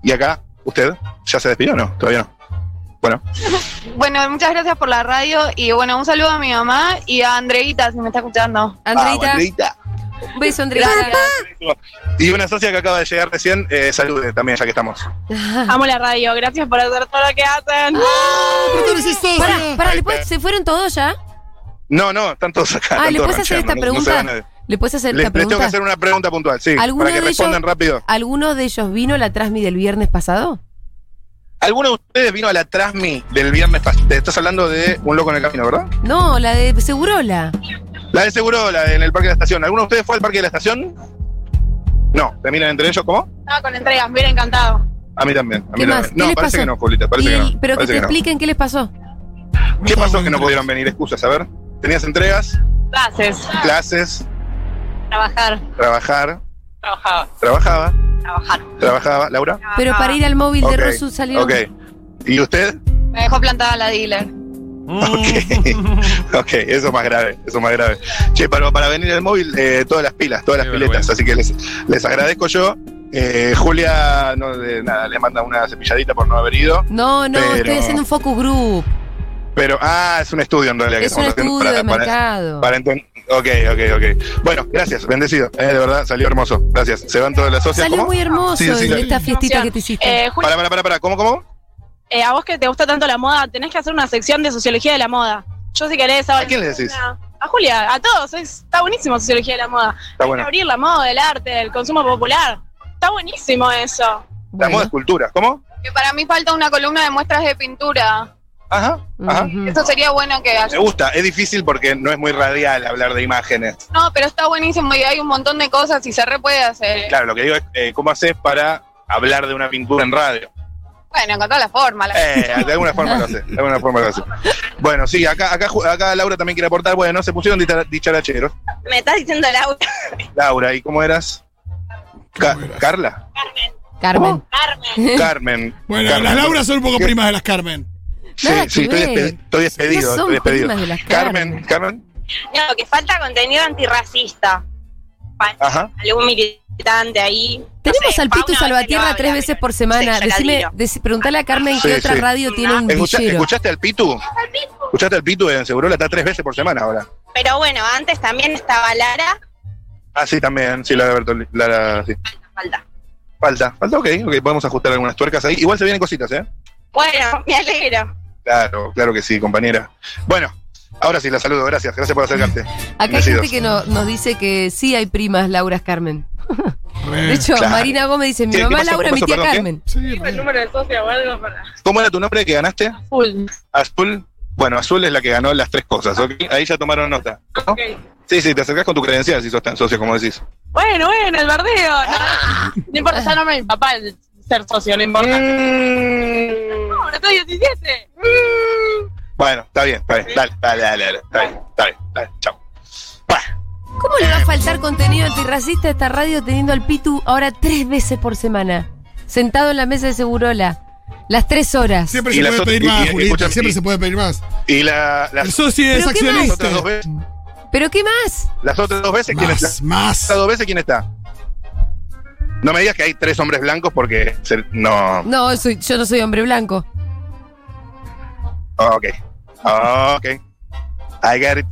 Speaker 4: Y acá, usted, ¿ya se despidió o no? Todavía no. Bueno,
Speaker 7: Bueno, muchas gracias por la radio y bueno, un saludo a mi mamá y a Andreita, si me está escuchando.
Speaker 4: vamos,
Speaker 1: Andreita,
Speaker 4: Ah, Andreita.
Speaker 1: un beso, Andreita.
Speaker 4: Y una socia que acaba de llegar recién, eh, salude también, ya que estamos.
Speaker 9: Amo la radio, gracias por hacer todo lo que hacen.
Speaker 2: ¿Por qué no decís socio?
Speaker 1: Ah, Pará, pará, ¿le puedes- ¿se fueron todos ya?
Speaker 4: No, no, están todos acá.
Speaker 1: Ah,
Speaker 4: están
Speaker 1: ¿le
Speaker 4: todos
Speaker 1: puedes hacer esta
Speaker 4: rancheando, no- no se
Speaker 1: pregunta?
Speaker 4: van a-
Speaker 1: ¿Le puedes hacer
Speaker 4: Les,
Speaker 1: esta
Speaker 4: les tengo que
Speaker 1: pregunta?
Speaker 4: hacer una pregunta puntual, sí,
Speaker 1: ¿Alguno
Speaker 4: para que
Speaker 1: de ellos-
Speaker 4: respondan rápido.
Speaker 1: ¿Alguno de ellos vino la Transmit del viernes pasado?
Speaker 4: ¿Alguno de ustedes vino a la Trasmi del viernes pas- Te estás hablando de Un Loco en el Camino, ¿verdad?
Speaker 1: No, la de Segurola.
Speaker 4: La de seguro, la de- en el Parque de la Estación. ¿Alguno de ustedes fue al Parque de la Estación? No, ¿te miran entre ellos cómo?
Speaker 9: Estaba con entregas, me hubiera encantado.
Speaker 4: A mí también. A mí
Speaker 1: ¿Qué más?
Speaker 4: también.
Speaker 1: ¿Qué
Speaker 4: No,
Speaker 1: les pasó?
Speaker 4: parece que no, Julita, parece
Speaker 1: Y-
Speaker 4: que no.
Speaker 1: pero que
Speaker 4: parece
Speaker 1: te
Speaker 4: que no.
Speaker 1: expliquen qué les pasó.
Speaker 4: ¿Qué pasó que no pudieron venir? Excusas, a ver. Tenías entregas,
Speaker 9: Clases,
Speaker 4: clases,
Speaker 9: trabajar,
Speaker 4: trabajar,
Speaker 9: trabajaba,
Speaker 4: trabajaba,
Speaker 9: trabajar.
Speaker 4: trabajaba. ¿Laura?
Speaker 1: Pero para ir al móvil
Speaker 4: Ok,
Speaker 1: de Rosu salieron.
Speaker 4: Ok. ¿Y usted?
Speaker 7: Me dejó plantada la dealer.
Speaker 3: Mm.
Speaker 4: Ok, eso es más grave, eso es más grave. Che, para, para venir el móvil, eh, todas las pilas, todas las
Speaker 3: Qué
Speaker 4: piletas,
Speaker 3: vergüenza.
Speaker 4: así que les, les agradezco yo. Eh, Julia, no, de nada, le manda una cepilladita por no haber ido,
Speaker 1: No, no,
Speaker 4: Pero-
Speaker 1: estoy haciendo un focus group.
Speaker 4: pero, ah, es un estudio en realidad. que
Speaker 1: Es un
Speaker 4: estamos haciendo
Speaker 1: estudio de mercado.
Speaker 4: para enten- Ok, ok, ok. Bueno, gracias, bendecido, eh, de verdad, salió hermoso, gracias. Se van todas las socias,
Speaker 1: Salió
Speaker 4: ¿cómo?
Speaker 1: muy hermoso
Speaker 4: Sí, sí,
Speaker 1: el-
Speaker 4: la-
Speaker 1: esta fiestita que te hiciste.
Speaker 9: Eh, Juli,
Speaker 4: Para, para, para, para, ¿cómo, cómo?
Speaker 9: eh, a vos que te gusta tanto la moda, tenés que hacer una sección de sociología de la moda. Yo si querés ahora.
Speaker 4: ¿A quién le decís?
Speaker 9: A Julia, a todos. es- está buenísimo sociología de la moda.
Speaker 4: Está bueno.
Speaker 9: Abrir la moda, el arte, el consumo popular. Está buenísimo eso.
Speaker 4: La
Speaker 1: Bueno.
Speaker 4: moda es cultura, ¿cómo?
Speaker 7: Que para mí falta una columna de muestras de pintura.
Speaker 4: Ajá, ajá.
Speaker 1: Ujú.
Speaker 7: Eso sería bueno que
Speaker 4: Me gusta, es difícil porque no es muy radial hablar de imágenes.
Speaker 7: No, pero está buenísimo y hay un montón de cosas y se re puede hacer.
Speaker 4: Claro, lo que digo es eh, cómo haces para hablar de una pintura en radio.
Speaker 7: Bueno, con toda la forma. la-
Speaker 4: Eh, de alguna forma lo haces, de alguna forma lo haces. Bueno, sí, acá, acá, ju- acá Laura también quiere aportar. Bueno, se pusieron dicha- dicharacheros.
Speaker 5: Me estás diciendo Laura.
Speaker 4: Laura, ¿y cómo eras? Ca- Carla,
Speaker 1: Carmen.
Speaker 5: Oh.
Speaker 4: Carmen.
Speaker 2: Bueno,
Speaker 4: Carmen.
Speaker 2: las Lauras son un poco
Speaker 4: ¿Qué?
Speaker 2: primas de las Carmen.
Speaker 4: Sí,
Speaker 1: Nada
Speaker 4: sí,
Speaker 1: que
Speaker 4: estoy,
Speaker 1: ver.
Speaker 4: despe- estoy despedido,
Speaker 1: No son
Speaker 4: estoy despedido.
Speaker 1: primas de las
Speaker 4: Carmen, Carmen,
Speaker 5: No, que falta contenido antirracista. Falta
Speaker 4: ajá.
Speaker 5: algún militante ahí.
Speaker 1: Tenemos al Pitu
Speaker 5: Paula
Speaker 1: Salvatierra
Speaker 5: Becerra
Speaker 1: tres
Speaker 5: habla,
Speaker 1: veces
Speaker 5: pero
Speaker 1: por
Speaker 5: no Ah, sé,
Speaker 1: semana.
Speaker 5: ya la
Speaker 1: Decime,
Speaker 5: tiro.
Speaker 1: deci- preguntale a Carmen
Speaker 4: Sí,
Speaker 1: qué otra
Speaker 4: sí.
Speaker 1: radio tiene un
Speaker 4: Escucha-
Speaker 1: villero.
Speaker 4: ¿Escuchaste al Pitu? ¿Escuchaste al Pitu en Segurola? Está tres veces por semana ahora.
Speaker 5: Pero bueno, antes también estaba Lara.
Speaker 4: Ah, sí, también, sí, la de Bertolli. La, la- sí.
Speaker 5: Falta.
Speaker 4: Falta, falta, ok, ok, podemos ajustar algunas tuercas ahí. Igual se vienen cositas, ¿eh?
Speaker 5: Bueno, me alegro.
Speaker 4: Claro, claro que sí, compañera. Bueno, ahora sí, la saludo, gracias, gracias por acercarte.
Speaker 1: Acá hay gente
Speaker 4: Bendecidos.
Speaker 1: que no- nos dice que sí hay primas Lauras Carmen.
Speaker 5: Mm.
Speaker 1: De hecho,
Speaker 4: Claro.
Speaker 1: Marina Gómez dice, mi
Speaker 4: Sí, ¿qué
Speaker 1: mamá
Speaker 4: pasó?
Speaker 1: Laura,
Speaker 4: ¿Qué
Speaker 1: mi
Speaker 4: pasó?
Speaker 1: tía
Speaker 4: Perdón, ¿qué?
Speaker 1: Carmen.
Speaker 2: Sí, re.
Speaker 9: número de socio o algo para.
Speaker 4: ¿Cómo era tu nombre que ganaste? Azul. Bueno, Azul es la que ganó las tres cosas, ¿ok? Ahí ya tomaron nota. ¿no? Sí, sí, te acercás con tu credencial si sos tan socio como decís.
Speaker 9: Bueno, bueno, el bardeo. No, No importa, ya no me papá el ser socio, no importa.
Speaker 7: Mm.
Speaker 9: No, ahora estoy 17.
Speaker 4: Bueno, está bien, está bien. Dale, dale, dale, dale. Está bien, está bien, dale, chao. Bueno,
Speaker 1: ¿Cómo le va a faltar contenido antirracista a esta radio teniendo al Pitu ahora tres veces por semana? Sentado en la mesa de Segurola. Las tres horas.
Speaker 2: Siempre
Speaker 4: Y
Speaker 2: se
Speaker 4: las
Speaker 2: puede
Speaker 4: ot-
Speaker 2: pedir
Speaker 4: y-
Speaker 2: más,
Speaker 4: y-
Speaker 2: Julita,
Speaker 4: escúchame,
Speaker 2: siempre
Speaker 4: y-
Speaker 2: se puede pedir más.
Speaker 4: Y la-
Speaker 2: El
Speaker 4: las,
Speaker 2: socio es
Speaker 1: ¿Pero qué más?
Speaker 4: las
Speaker 2: accionista.
Speaker 4: otras dos veces,
Speaker 1: ¿Pero qué más?
Speaker 4: las otras dos veces ¿quién está?
Speaker 2: Más, más.
Speaker 4: Las dos veces quién está? No me digas que hay tres hombres blancos porque se- no.
Speaker 1: No, soy- yo no soy hombre blanco.
Speaker 4: Ok. Ok. I get it.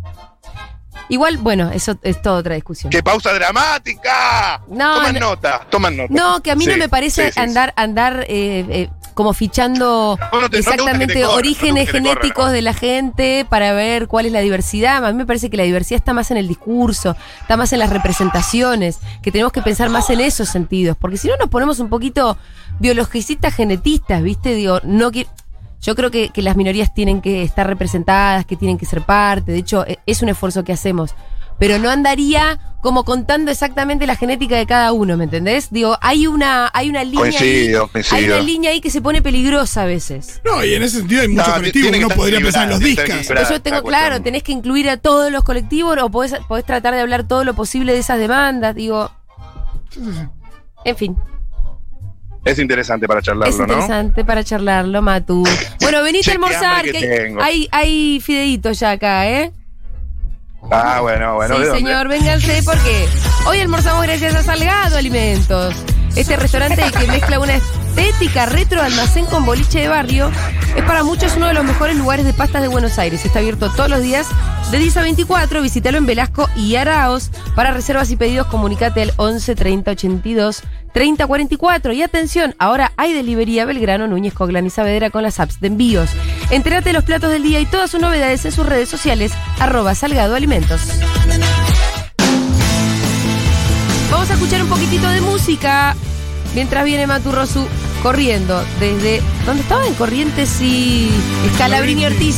Speaker 1: Igual, bueno, eso es toda otra discusión.
Speaker 4: ¡Qué pausa dramática!
Speaker 1: No,
Speaker 4: toman
Speaker 1: no.
Speaker 4: nota, toman nota.
Speaker 1: No, que a mí no
Speaker 4: Sí,
Speaker 1: me parece
Speaker 4: sí, sí,
Speaker 1: andar, andar eh, eh, como fichando
Speaker 4: No, no te- no te gusta que te
Speaker 1: exactamente
Speaker 4: corran, no te
Speaker 1: orígenes
Speaker 4: gusta que te
Speaker 1: genéticos
Speaker 4: corran, ¿no?
Speaker 1: de la gente para ver cuál es la diversidad. A mí me parece que la diversidad está más en el discurso, está más en las representaciones, que tenemos que pensar más en esos sentidos, porque si no nos ponemos un poquito biologicistas, genetistas, ¿viste? Digo, no que yo creo que, que las minorías tienen que estar representadas, que tienen que ser parte, de hecho e- es un esfuerzo que hacemos, pero no andaría como contando exactamente la genética de cada uno, ¿me entendés? Digo, hay una, hay una
Speaker 4: Pues
Speaker 1: línea... ahí-
Speaker 4: Coincido,
Speaker 1: hay
Speaker 4: coincido.
Speaker 1: una línea ahí que se pone peligrosa a veces.
Speaker 2: No, y en ese sentido hay mucho
Speaker 4: No,
Speaker 2: colectivo
Speaker 4: tiene
Speaker 2: que
Speaker 4: que
Speaker 2: uno
Speaker 4: estar
Speaker 2: podría pensar en los
Speaker 4: equilibrado,
Speaker 2: discas.
Speaker 4: tiene que estar
Speaker 1: Yo tengo
Speaker 4: la cuestión.
Speaker 1: claro, tenés que incluir a todos los colectivos o podés, podés tratar de hablar todo lo posible de esas demandas. Digo, En fin,
Speaker 4: Es interesante para charlarlo,
Speaker 1: es
Speaker 4: ¿no?
Speaker 1: interesante para charlarlo, Matu. Bueno, venite
Speaker 4: Che,
Speaker 1: a
Speaker 4: qué
Speaker 1: almorzar,
Speaker 4: hambre
Speaker 1: que
Speaker 4: que
Speaker 1: hay,
Speaker 4: tengo.
Speaker 1: hay, hay fideitos ya acá, ¿eh?
Speaker 4: Ah, bueno, bueno. ¿de
Speaker 1: sí,
Speaker 4: dónde?
Speaker 1: señor, vénganse porque hoy almorzamos gracias a Salgado Alimentos. Este restaurante que mezcla una estética retro almacén con boliche de barrio es para muchos uno de los mejores lugares de pastas de Buenos Aires. Está abierto todos los días de 10 a 24. Visítalo en Velasco y Araos. Para reservas y pedidos, comunicate al 11 30 82 30 44. Y atención, ahora hay delivery a Belgrano, Núñez, Coglan y Saavedra con las apps de envíos. Entérate de los platos del día y todas sus novedades en sus redes sociales, arroba Salgado Alimentos. Vamos a escuchar un poquitito de música mientras viene Maturrosu corriendo desde. ¿Dónde estaba? En Corrientes y. Scalabrini Ortiz.